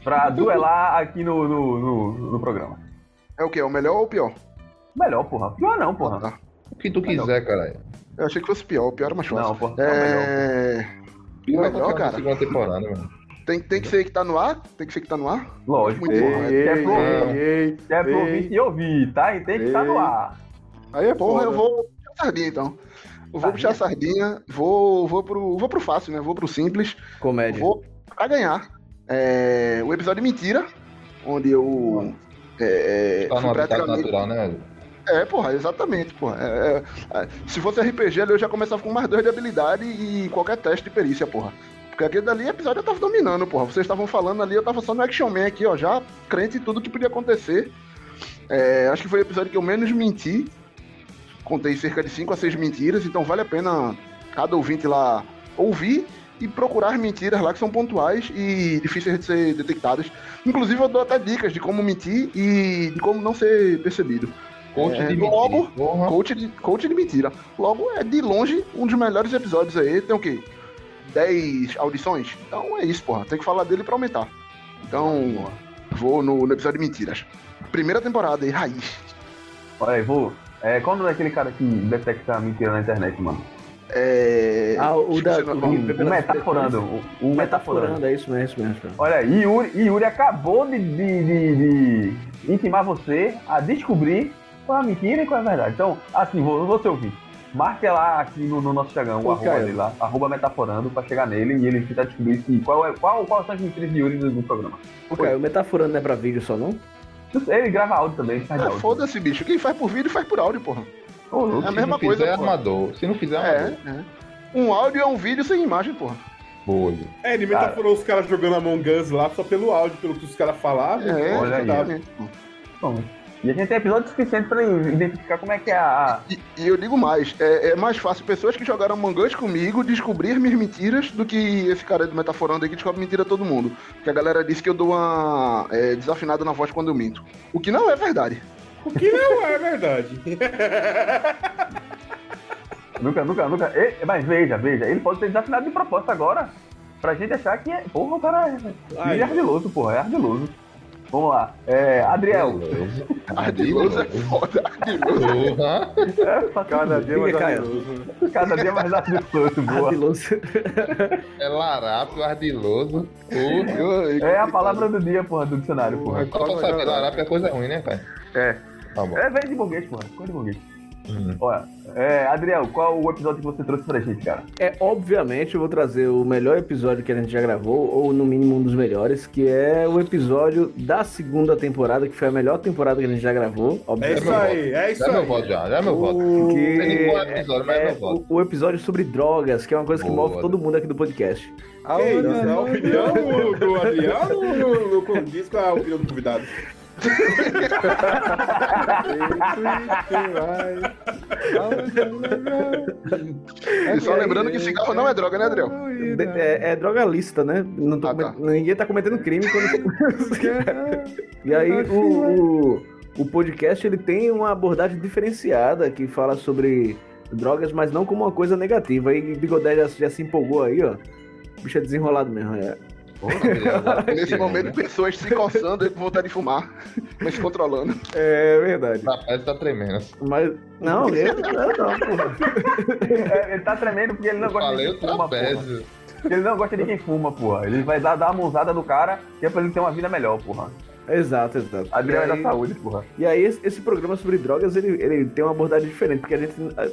[SPEAKER 1] pra duelar aqui no, no, no, no programa?
[SPEAKER 3] É o quê? É o melhor ou o pior?
[SPEAKER 1] Melhor, porra. Pior não, porra.
[SPEAKER 3] Ah, tá.
[SPEAKER 2] O que tu quiser, caralho.
[SPEAKER 3] Eu achei que fosse pior, o pior era mais fácil.
[SPEAKER 1] Não, porra. É...
[SPEAKER 3] É...
[SPEAKER 2] Pior
[SPEAKER 3] Melhor,
[SPEAKER 2] tá na
[SPEAKER 3] cara.
[SPEAKER 2] Segunda temporada, mano.
[SPEAKER 3] Tem, tem que ser que tá no ar? Tem que ser que tá no ar?
[SPEAKER 1] Lógico.
[SPEAKER 3] Muito
[SPEAKER 4] Ei,
[SPEAKER 3] porra.
[SPEAKER 4] ei,
[SPEAKER 1] Quer pro-
[SPEAKER 4] ei, ei.
[SPEAKER 1] É pro
[SPEAKER 4] Ei.
[SPEAKER 1] ouvinte e ouvir, tá? E tem que estar no ar.
[SPEAKER 4] Aí é
[SPEAKER 3] Porra,
[SPEAKER 4] porra.
[SPEAKER 3] eu vou puxar sardinha então. Eu vou puxar sardinha, vou, vou, pro, vou pro fácil, né? Vou pro simples.
[SPEAKER 5] Comédia.
[SPEAKER 3] Vou pra ganhar. É, o episódio Mentira, onde eu. É,
[SPEAKER 2] Tá
[SPEAKER 3] fui
[SPEAKER 2] num habitat
[SPEAKER 3] praticamente.
[SPEAKER 2] natural, né, velho?
[SPEAKER 3] É, porra, exatamente, porra. É, é, se fosse RPG ali, eu já começava com mais dois de habilidade e qualquer teste de perícia, porra. Porque aquele dali episódio eu tava dominando, porra. Vocês estavam falando ali, eu tava só no Action Man aqui, ó, já crente em tudo que podia acontecer. É, acho que foi o episódio que eu menos menti. Contei cerca de 5 a 6 mentiras, então vale a pena cada ouvinte lá ouvir e procurar as mentiras lá que são pontuais e difíceis de ser detectadas. Inclusive, eu dou até dicas de como mentir e de como não ser percebido.
[SPEAKER 2] Coach
[SPEAKER 3] É,
[SPEAKER 2] de
[SPEAKER 3] logo-
[SPEAKER 2] mentir. Porra.
[SPEAKER 3] Coach de, coach de mentira. Logo, é de longe um dos melhores episódios aí. Tem o quê? 10 audições? Então é isso, porra. Tem que falar dele pra aumentar. Então, vou no, no episódio de mentiras. Primeira temporada aí, raiz.
[SPEAKER 1] Olha aí, vou. É, qual o nome daquele cara que detecta mentira na internet, mano?
[SPEAKER 3] É.
[SPEAKER 5] Ah, o da.
[SPEAKER 3] esqueci o
[SPEAKER 1] O,
[SPEAKER 3] nome.
[SPEAKER 1] o metaforando. O, o metaforando.
[SPEAKER 5] Metaforando, é isso mesmo, é isso mesmo. cara.
[SPEAKER 1] Olha, Yuri, Yuri acabou de, de- de- de intimar você a descobrir qual é a mentira e qual é a verdade. Então, assim, vou, você ouvir. Marque lá aqui no, no nosso Instagram, o
[SPEAKER 4] Ô,
[SPEAKER 1] arroba
[SPEAKER 4] Caio.
[SPEAKER 1] dele lá, arroba metaforando, pra chegar nele e ele tentar descobrir se, qual, é, qual, qual são as mentiras de Yuri no, no programa.
[SPEAKER 5] Ô, Caio, o metaforando não é pra vídeo só, não?
[SPEAKER 1] Ele grava áudio também, faz
[SPEAKER 3] Ah,
[SPEAKER 1] áudio.
[SPEAKER 3] Foda-se, bicho. Quem faz por vídeo faz por áudio, porra.
[SPEAKER 1] Ô, louco.
[SPEAKER 3] É a
[SPEAKER 2] Se
[SPEAKER 3] mesma
[SPEAKER 2] não fizer,
[SPEAKER 3] coisa,
[SPEAKER 2] é
[SPEAKER 3] porra.
[SPEAKER 2] armador. Se não fizer, é
[SPEAKER 1] Tá
[SPEAKER 3] É,
[SPEAKER 2] armador.
[SPEAKER 1] né?
[SPEAKER 3] é. Um áudio é um vídeo sem imagem, porra.
[SPEAKER 2] Bolho.
[SPEAKER 6] É, ele
[SPEAKER 1] Cara.
[SPEAKER 6] metaforou os caras jogando Among Us lá só pelo áudio, pelo que os caras falavam.
[SPEAKER 3] É,
[SPEAKER 1] olha aí.
[SPEAKER 3] exatamente.
[SPEAKER 1] Bom, E a gente tem episódio suficiente pra identificar como é que é a... a-
[SPEAKER 3] E, e eu digo mais, é, é mais fácil pessoas que jogaram mangas comigo descobrir minhas mentiras do que esse cara do Metaforando aí que descobre mentira todo mundo. Porque a galera disse que eu dou uma é, desafinada na voz quando eu minto. O que não é verdade.
[SPEAKER 6] O que não é verdade.
[SPEAKER 1] Nunca, nunca, nunca... E- mas veja, veja, ele pode ser desafinado de propósito agora, pra gente achar que é... Porra, o cara é-
[SPEAKER 6] Ai,
[SPEAKER 1] Ele é ardiloso, porra, é ardiloso. Vamos lá. É, Adriel.
[SPEAKER 2] Beleza.
[SPEAKER 3] Ardiloso é
[SPEAKER 2] Ardiloso.
[SPEAKER 3] foda. Ardiloso.
[SPEAKER 2] Porra.
[SPEAKER 1] É, faça
[SPEAKER 4] Cada dia mais
[SPEAKER 5] Fica, Caio.
[SPEAKER 4] ardiloso.
[SPEAKER 1] tudo. Cada dia é mais ardiloso, boa.
[SPEAKER 5] Ardiloso.
[SPEAKER 2] É larápio, ardiloso. Porra.
[SPEAKER 1] É a palavra do dia, porra, do dicionário, porra.
[SPEAKER 2] Só pra saber, larápio é coisa ruim, né, cara?
[SPEAKER 1] É.
[SPEAKER 2] Tá bom.
[SPEAKER 1] É velho de burguês, porra. Coisa de burguês. Olha, é, Adriel, qual o episódio que você trouxe pra gente, cara?
[SPEAKER 5] É, obviamente, eu vou trazer o melhor episódio que a gente já gravou, ou no mínimo um dos melhores, que é o episódio da segunda temporada, que foi a melhor temporada que a gente já gravou,
[SPEAKER 6] É
[SPEAKER 5] obviamente.
[SPEAKER 6] isso aí, é isso
[SPEAKER 2] Já é meu
[SPEAKER 6] aí.
[SPEAKER 2] voto, já. Já é meu voto. Não sei nem
[SPEAKER 5] Que
[SPEAKER 2] qual é o episódio, mas é
[SPEAKER 5] é
[SPEAKER 2] meu voto.
[SPEAKER 5] o, o episódio sobre drogas, que é uma coisa que
[SPEAKER 2] Boa.
[SPEAKER 5] move todo mundo aqui do podcast.
[SPEAKER 6] Ei, a opinião do, do Adriano não- não condiz com a opinião do convidado.
[SPEAKER 3] E só lembrando que cigarro não é droga, né, Adriel?
[SPEAKER 5] De- é, é droga lícita, né? Não tô
[SPEAKER 3] Ah,
[SPEAKER 5] comet-
[SPEAKER 3] tá.
[SPEAKER 5] Ninguém tá cometendo crime quando. e aí o, o, o podcast ele tem uma abordagem diferenciada que fala sobre drogas, mas não como uma coisa negativa. E Bigodé já, já se empolgou aí, ó. O bicho é desenrolado mesmo. É.
[SPEAKER 2] Porra, Adriel, agora
[SPEAKER 3] Nesse
[SPEAKER 2] sim,
[SPEAKER 3] momento,
[SPEAKER 2] né?
[SPEAKER 3] pessoas se coçando com vontade de fumar, mas se controlando.
[SPEAKER 5] É verdade.
[SPEAKER 2] Tá, parece que tá tremendo.
[SPEAKER 5] Mas. Não, eu não, não, porra.
[SPEAKER 1] É, ele tá tremendo porque ele não
[SPEAKER 2] Eu
[SPEAKER 1] gosta
[SPEAKER 2] falei
[SPEAKER 1] de
[SPEAKER 2] o
[SPEAKER 1] quem fuma, porra.
[SPEAKER 2] trapézio.
[SPEAKER 1] Ele não gosta de quem fuma, porra. Ele vai dar, dar uma mãozada no cara que é pra ele ter uma vida melhor, porra.
[SPEAKER 5] Exato, exato.
[SPEAKER 1] Adriel é
[SPEAKER 5] E
[SPEAKER 1] da
[SPEAKER 5] aí-
[SPEAKER 1] saúde, porra.
[SPEAKER 5] E aí, esse, esse programa sobre drogas, ele, ele tem uma abordagem diferente, porque a gente, ah,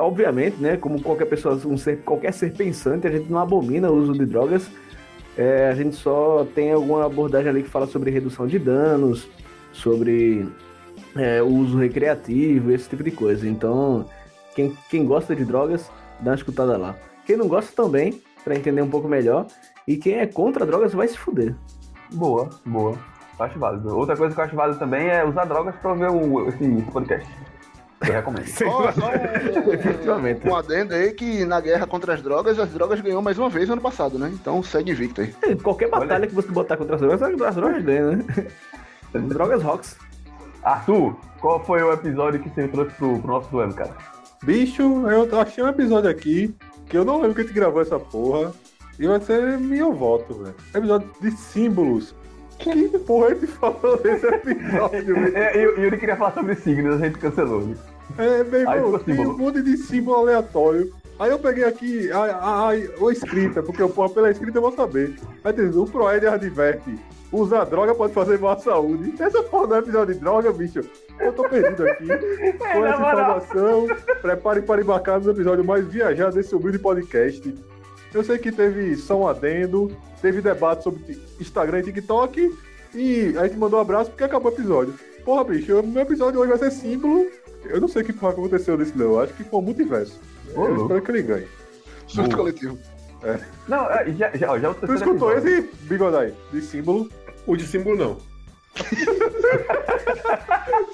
[SPEAKER 5] obviamente, né, como qualquer pessoa, um ser, qualquer ser pensante, a gente não abomina o uso de drogas, É, a gente só tem alguma abordagem ali que fala sobre redução de danos, sobre é, o uso recreativo, esse tipo de coisa. Então, quem, quem gosta de drogas, dá uma escutada lá. Quem não gosta também, pra entender um pouco melhor, e quem é contra drogas vai se fuder.
[SPEAKER 1] Boa, boa. Eu acho válido. Outra coisa que eu acho válido também é usar drogas pra ver o, esse podcast. Eu recomendo.
[SPEAKER 3] Ó, só um-
[SPEAKER 5] Efetivamente.
[SPEAKER 3] um adendo aí que na guerra contra as drogas, as drogas ganhou mais uma vez ano passado, né? Então segue invicto aí.
[SPEAKER 5] É, Qualquer
[SPEAKER 1] Olha
[SPEAKER 5] batalha
[SPEAKER 1] aí.
[SPEAKER 5] que você botar contra as drogas, as drogas ganham, né? drogas rocks.
[SPEAKER 1] Arthur, qual foi o episódio que você trouxe pro, pro nosso duelo, cara?
[SPEAKER 4] Bicho, eu achei um episódio aqui que eu não lembro que a gente gravou essa porra. E vai ser meu voto, velho. Episódio de símbolos. Que porra a gente falou desse episódio, velho?
[SPEAKER 1] É, E e ele queria falar sobre signos, a gente cancelou. né?
[SPEAKER 4] É, meu
[SPEAKER 1] Aí ficou
[SPEAKER 4] irmão, tem um
[SPEAKER 1] símbolo.
[SPEAKER 4] monte de símbolo aleatório. Aí eu peguei aqui a, a, a, a escrita, porque porra, pela escrita eu vou saber. Aí tem o Proed adverte. Usar droga pode fazer mal à saúde. Essa porra do episódio de droga, bicho. Eu tô perdido aqui. Com
[SPEAKER 1] É, na
[SPEAKER 4] essa
[SPEAKER 1] moral.
[SPEAKER 4] informação, prepare para embarcar no episódio mais viajado desse humilde podcast. Eu sei que teve São Adendo, teve debate sobre ti- Instagram e TikTok. E a gente mandou um abraço porque acabou o episódio. Porra, bicho, o meu episódio hoje vai ser símbolo eu não sei o que porra que aconteceu nesse não. Eu acho que foi um multiverso.
[SPEAKER 1] Ô,
[SPEAKER 4] eu
[SPEAKER 1] louco.
[SPEAKER 4] espero que ele ganhe.
[SPEAKER 3] Surto coletivo.
[SPEAKER 1] Não, é, já, já, ó, já é o
[SPEAKER 4] Tu
[SPEAKER 1] terceiro
[SPEAKER 4] escutou
[SPEAKER 1] episódio.
[SPEAKER 4] esse bigodai de símbolo?
[SPEAKER 6] O de símbolo não.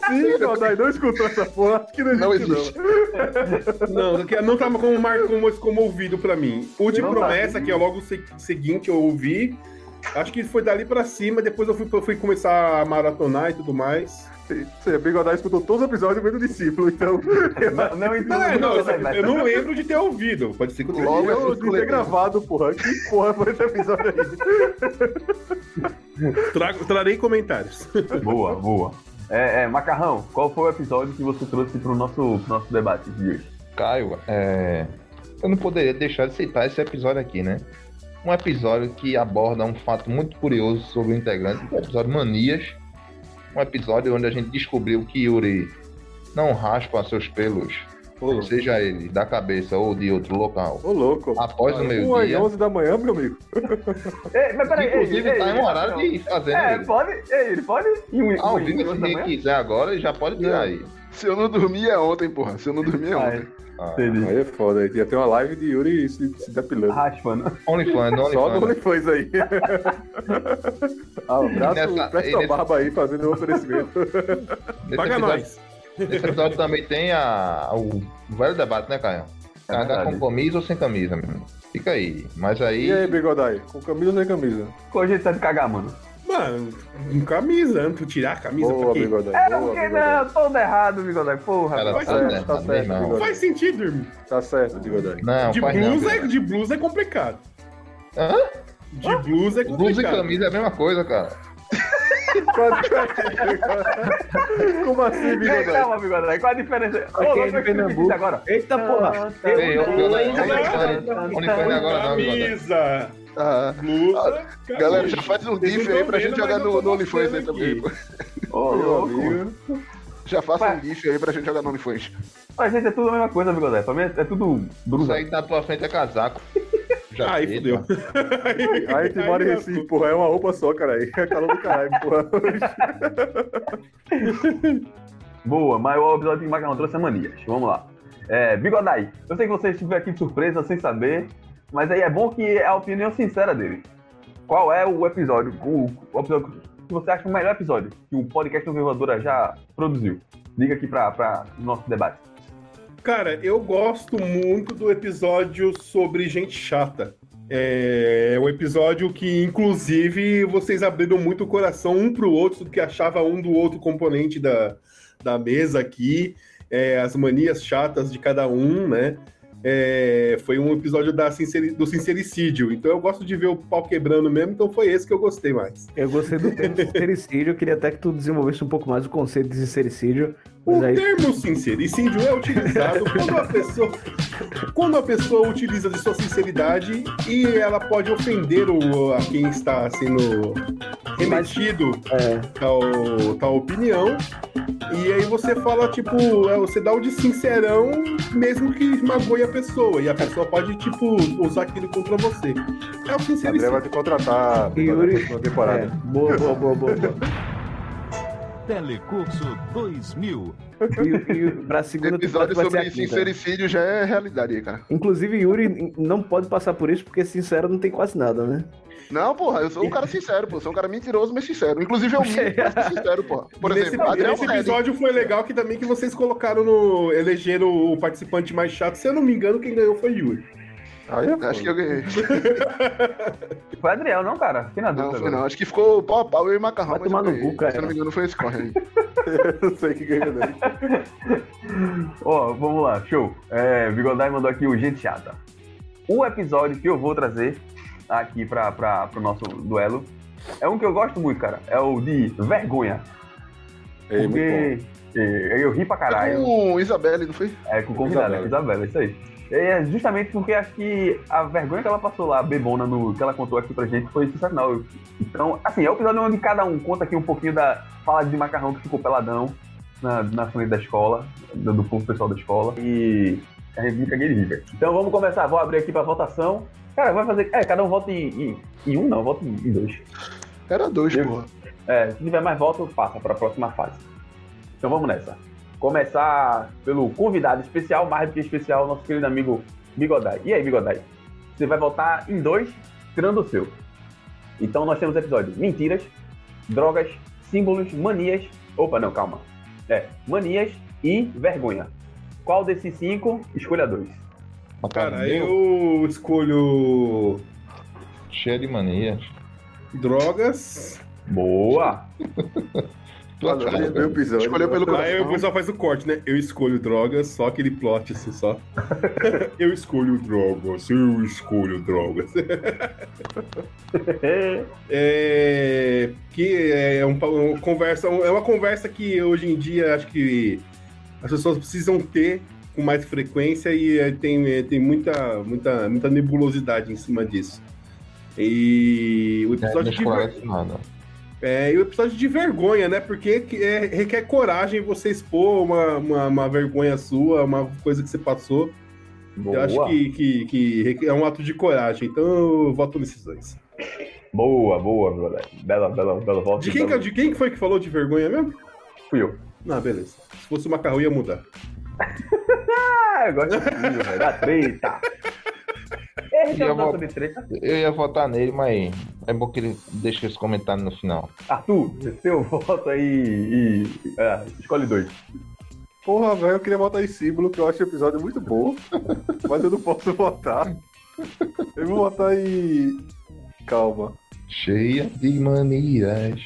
[SPEAKER 4] Sim, bigodai, não escutou essa porra. Acho que não existe,
[SPEAKER 3] Não
[SPEAKER 4] não.
[SPEAKER 3] existe.
[SPEAKER 6] Não, que não tava como, mar- como, como ouvido pra mim. O de
[SPEAKER 1] Não tá.
[SPEAKER 6] promessa, que é logo o se- seguinte eu ouvi. Acho que foi dali pra cima, depois eu fui, eu fui começar a maratonar e tudo mais.
[SPEAKER 4] Sim, sim, bigodai escutou todos os episódios menos de símbolo, então.
[SPEAKER 1] Não, não entendi.
[SPEAKER 6] Não, é, não,
[SPEAKER 1] não,
[SPEAKER 6] eu, eu não lembro de ter ouvido. Pode ser que eu tenha
[SPEAKER 3] Logo
[SPEAKER 6] ouvido.
[SPEAKER 4] Eu devia ter gravado, porra. Que porra foi esse episódio aí?
[SPEAKER 6] Trago- trarei comentários.
[SPEAKER 1] Boa, boa. É, é, Macarrão, qual foi o episódio que você trouxe pro nosso, pro nosso debate de hoje?
[SPEAKER 2] Caio, é, eu não poderia deixar de citar esse episódio aqui, né? Um episódio que aborda um fato muito curioso sobre o integrante, é o episódio Manias. Um episódio onde a gente descobriu que Yuri não raspa seus pelos,
[SPEAKER 6] Ô, louco.
[SPEAKER 2] seja ele da cabeça ou de outro local,
[SPEAKER 4] Ô, louco.
[SPEAKER 2] após o
[SPEAKER 4] 1 e
[SPEAKER 2] meio-dia.
[SPEAKER 4] 11 da manhã, meu amigo.
[SPEAKER 1] Ei, mas peraí, ei,
[SPEAKER 2] Inclusive,
[SPEAKER 1] ei,
[SPEAKER 2] tá em um
[SPEAKER 1] ei,
[SPEAKER 2] horário
[SPEAKER 1] não.
[SPEAKER 2] de fazer, né,
[SPEAKER 1] É,
[SPEAKER 2] velho?
[SPEAKER 1] pode. Ei, ele pode. E um,
[SPEAKER 2] Ao
[SPEAKER 1] um-
[SPEAKER 2] vivo, se
[SPEAKER 1] da
[SPEAKER 2] quem
[SPEAKER 1] manhã?
[SPEAKER 2] quiser agora, já pode tirar aí.
[SPEAKER 3] Se eu não dormir é ontem, porra. Se eu não dormir é ontem.
[SPEAKER 2] Ah,
[SPEAKER 1] Entendi.
[SPEAKER 4] Aí é foda. Aí tem uma live de Yuri se, se depilando.
[SPEAKER 1] Raspando.
[SPEAKER 2] OnlyFans,
[SPEAKER 4] Só no
[SPEAKER 2] OnlyFans.
[SPEAKER 4] OnlyFans aí. ah, abraço,
[SPEAKER 2] Nessa-
[SPEAKER 4] presta
[SPEAKER 2] nessa-
[SPEAKER 4] barba aí fazendo o oferecimento.
[SPEAKER 2] Nesse
[SPEAKER 6] Paga
[SPEAKER 2] episódio-
[SPEAKER 6] nós.
[SPEAKER 2] Nesse episódio também tem a, o velho debate, né, Caio?
[SPEAKER 1] É
[SPEAKER 2] Cagar
[SPEAKER 1] verdade.
[SPEAKER 2] com camisa ou sem camisa, meu irmão? Fica aí. Mas aí.
[SPEAKER 4] E aí, Bigodai? Com camisa ou sem camisa?
[SPEAKER 1] Qual jeito você tá de cagar, mano?
[SPEAKER 6] Mano, com camisa, né? tu tirar a camisa
[SPEAKER 4] Boa,
[SPEAKER 6] pra quê?
[SPEAKER 4] Bigodai.
[SPEAKER 1] Era
[SPEAKER 4] boa,
[SPEAKER 1] o que?
[SPEAKER 4] Bigodai.
[SPEAKER 1] É, Não, todo errado, Bigodai. Porra,
[SPEAKER 2] Cara,
[SPEAKER 1] cara.
[SPEAKER 6] Mas
[SPEAKER 2] tá,
[SPEAKER 6] tá-
[SPEAKER 2] certo,
[SPEAKER 4] tá
[SPEAKER 2] meu
[SPEAKER 4] certo,
[SPEAKER 2] irmão.
[SPEAKER 6] Não faz sentido, irmão.
[SPEAKER 4] Tá certo, Bigodai.
[SPEAKER 2] Não,
[SPEAKER 6] de,
[SPEAKER 2] faz não.
[SPEAKER 6] blusa é,
[SPEAKER 2] cara.
[SPEAKER 6] de blusa é complicado.
[SPEAKER 2] Hã?
[SPEAKER 6] De blusa é complicado.
[SPEAKER 2] Blusa e camisa é a mesma coisa, cara.
[SPEAKER 4] Como assim,
[SPEAKER 1] Ei,
[SPEAKER 4] Bigodai?
[SPEAKER 1] calma, Bigodai. Qual a diferença? Ô,
[SPEAKER 5] Aqui é
[SPEAKER 1] louco,
[SPEAKER 5] de
[SPEAKER 1] eu explico
[SPEAKER 5] Pernambuco.
[SPEAKER 1] isso agora.
[SPEAKER 5] Eita porra!
[SPEAKER 2] Ei, eu- eu-
[SPEAKER 1] Ei,
[SPEAKER 2] eu- eu- OnlyFans agora não, Bigodai.
[SPEAKER 6] Camisa.
[SPEAKER 3] Ah,
[SPEAKER 6] Blusa.
[SPEAKER 3] galera,
[SPEAKER 6] camisa.
[SPEAKER 3] já faz um
[SPEAKER 6] Vocês
[SPEAKER 3] GIF
[SPEAKER 6] não
[SPEAKER 3] aí
[SPEAKER 6] tão
[SPEAKER 3] pra gente
[SPEAKER 6] vendo,
[SPEAKER 3] jogar
[SPEAKER 6] mas eu
[SPEAKER 3] no,
[SPEAKER 6] tô
[SPEAKER 3] no OnlyFans aí
[SPEAKER 6] mostrando
[SPEAKER 3] também.
[SPEAKER 6] aqui.
[SPEAKER 3] pô.
[SPEAKER 1] Ô,
[SPEAKER 4] Meu
[SPEAKER 1] louco.
[SPEAKER 4] amigo.
[SPEAKER 3] Já faça
[SPEAKER 1] Vai.
[SPEAKER 3] um GIF aí pra gente jogar no OnlyFans.
[SPEAKER 1] Pra gente é tudo a mesma coisa, amigo Zé. Pra mim é é tudo
[SPEAKER 2] Isso
[SPEAKER 1] brusa.
[SPEAKER 2] aí que tá na tua frente é casaco.
[SPEAKER 6] Aí
[SPEAKER 2] Jaqueta.
[SPEAKER 6] fudeu.
[SPEAKER 4] Aí tu mora em Recife, porra, é uma roupa só, cara. Aí é calor do caralho, porra.
[SPEAKER 1] Boa, mas o episódio que o Macarrão trouxe é manias. Vamos lá. É, Bigodai, eu sei que você estiver aqui de surpresa, sem saber, mas aí é bom que é a opinião sincera dele. Qual é o episódio, o, o episódio que você acha o melhor episódio que o podcast Novivadora já produziu? Liga aqui pra, pra nosso debate.
[SPEAKER 6] Cara, eu gosto muito do episódio sobre gente chata. É um episódio que, inclusive, vocês abriram muito o coração um pro outro do que achava um do outro componente da, da mesa aqui, é, as manias chatas de cada um, né? É, foi um episódio da sinceri- do sincericídio, então eu gosto de ver o pau quebrando mesmo, então foi esse que eu gostei mais.
[SPEAKER 5] Eu gostei do termo sincericídio, eu queria até que tu desenvolvesse um pouco mais o conceito de sincericídio.
[SPEAKER 6] O
[SPEAKER 5] Mas aí,
[SPEAKER 6] termo sincericídio é utilizado quando a pessoa quando a pessoa utiliza de sua sinceridade e ela pode ofender o, a quem está sendo remetido
[SPEAKER 5] é.
[SPEAKER 6] tal, tal opinião. E aí você fala, tipo, é, você dá o de sincerão, mesmo que magoe a pessoa. E a pessoa pode, tipo, usar aquilo contra você. É o
[SPEAKER 4] André
[SPEAKER 6] sincericídio.
[SPEAKER 4] vai te contratar
[SPEAKER 5] Yuri.
[SPEAKER 4] Yuri... na temporada.
[SPEAKER 5] É, boa, boa, boa, boa. boa.
[SPEAKER 10] Telecurso 2000.
[SPEAKER 5] E, e pra segunda temporada
[SPEAKER 3] Episódio
[SPEAKER 5] vai ser
[SPEAKER 3] sobre
[SPEAKER 5] a quinta.
[SPEAKER 3] sincericídio já é realidade aí, cara.
[SPEAKER 5] Inclusive, Yuri não pode passar por isso, porque sincero não tem quase nada, né?
[SPEAKER 3] Não, porra, eu sou um cara sincero, pô. Sou um cara mentiroso, mas sincero. Inclusive, eu minto, mas sou sincero, porra. Por
[SPEAKER 6] Nesse,
[SPEAKER 3] exemplo, Adriano
[SPEAKER 6] nesse
[SPEAKER 3] Redd.
[SPEAKER 6] episódio foi legal que também que vocês colocaram no. elegeram o participante mais chato. Se eu não me engano, quem ganhou foi Yuri.
[SPEAKER 4] Aí é
[SPEAKER 3] Acho que eu ganhei.
[SPEAKER 1] Foi Adriel, não, cara? Fiquei na
[SPEAKER 3] Não,
[SPEAKER 1] dúvida
[SPEAKER 3] foi
[SPEAKER 1] agora.
[SPEAKER 3] não. Acho que ficou pau a pau eu e macarrão.
[SPEAKER 5] Vai
[SPEAKER 3] mas eu
[SPEAKER 5] tomar no
[SPEAKER 3] ganhei.
[SPEAKER 5] cu, cara.
[SPEAKER 3] Se eu não me engano, foi esse corre aí.
[SPEAKER 4] eu sei que ganhou, né?
[SPEAKER 1] Ó, vamos lá, show. É, Bigodai mandou aqui o Gente Chata. O episódio que eu vou trazer aqui pra, pra, pro nosso duelo é um que eu gosto muito, cara. É o de vergonha.
[SPEAKER 4] É, muito bom.
[SPEAKER 1] porque é, eu ri pra
[SPEAKER 3] Foi
[SPEAKER 1] caralho.
[SPEAKER 3] com o Isabelle, não foi?
[SPEAKER 1] É, com o convidado, é com Isabela, é isso aí. É justamente porque acho que a vergonha que ela passou lá, bebona, no, que ela contou aqui pra gente, foi sensacional. Então, assim, é o episódio onde cada um conta aqui um pouquinho da fala de macarrão que ficou peladão na, na frente da escola, do, do povo pessoal da escola. E a gente me caguei de rir, velho. Então vamos começar, vou abrir aqui pra votação. Cara, vai fazer. É, cada um vota em, em- em um, não, vota em em dois.
[SPEAKER 3] Era dois,
[SPEAKER 1] Eu-
[SPEAKER 3] porra.
[SPEAKER 1] É, se tiver mais volta, passa para a próxima fase. Então vamos nessa. Começar pelo convidado especial, mais do que especial, nosso querido amigo Bigodai. E aí, Bigodai? Você vai voltar em dois, tirando o seu. Então nós temos episódio Mentiras, Drogas, Símbolos, Manias. Opa, não, calma. É, Manias e Vergonha. Qual desses cinco? Escolha dois.
[SPEAKER 6] Cara, eu escolho
[SPEAKER 2] Cheia de manias.
[SPEAKER 6] drogas.
[SPEAKER 1] Boa!
[SPEAKER 2] Tu acha
[SPEAKER 3] Valeu,
[SPEAKER 2] que-
[SPEAKER 4] Meu episódio.
[SPEAKER 3] Escolheu pelo coração.
[SPEAKER 6] Aí o pessoal faz o corte, né? Eu escolho drogas, só aquele plot assim, só. eu escolho drogas, eu escolho drogas. É, que é um, pa- uma conversa, é uma conversa que hoje em dia acho que as pessoas precisam ter com mais frequência e é, tem, é, tem muita, muita, muita nebulosidade em cima disso. E o
[SPEAKER 2] É, não
[SPEAKER 6] episódio de
[SPEAKER 2] esclarece nada.
[SPEAKER 6] é, e o episódio de vergonha, né? Porque que- é, requer coragem você expor uma, uma, uma vergonha sua, uma coisa que você passou.
[SPEAKER 1] Boa.
[SPEAKER 6] Eu acho que, que, que requer- é um ato de coragem. Então eu voto nesses dois.
[SPEAKER 1] Boa, boa, Bigodai. Bela, bela, bela volta.
[SPEAKER 6] De quem, que-
[SPEAKER 4] Então.
[SPEAKER 1] bela...
[SPEAKER 6] de quem que foi que falou de vergonha mesmo?
[SPEAKER 1] Fui eu.
[SPEAKER 6] Ah, beleza. Se fosse o macarrão, ia mudar.
[SPEAKER 1] Ah, eu gosto disso, velho. Da treta. Esse é
[SPEAKER 2] Eu
[SPEAKER 1] o nosso
[SPEAKER 2] vou-
[SPEAKER 1] de treta.
[SPEAKER 2] Eu ia votar nele, mas é bom que ele deixa esse comentário no final.
[SPEAKER 1] Arthur, seu voto aí e. é, escolhe dois.
[SPEAKER 4] Porra, velho, eu queria votar em símbolo, que eu acho o episódio muito bom. mas eu não posso votar. Eu vou votar em. Calma.
[SPEAKER 2] Cheia de manias.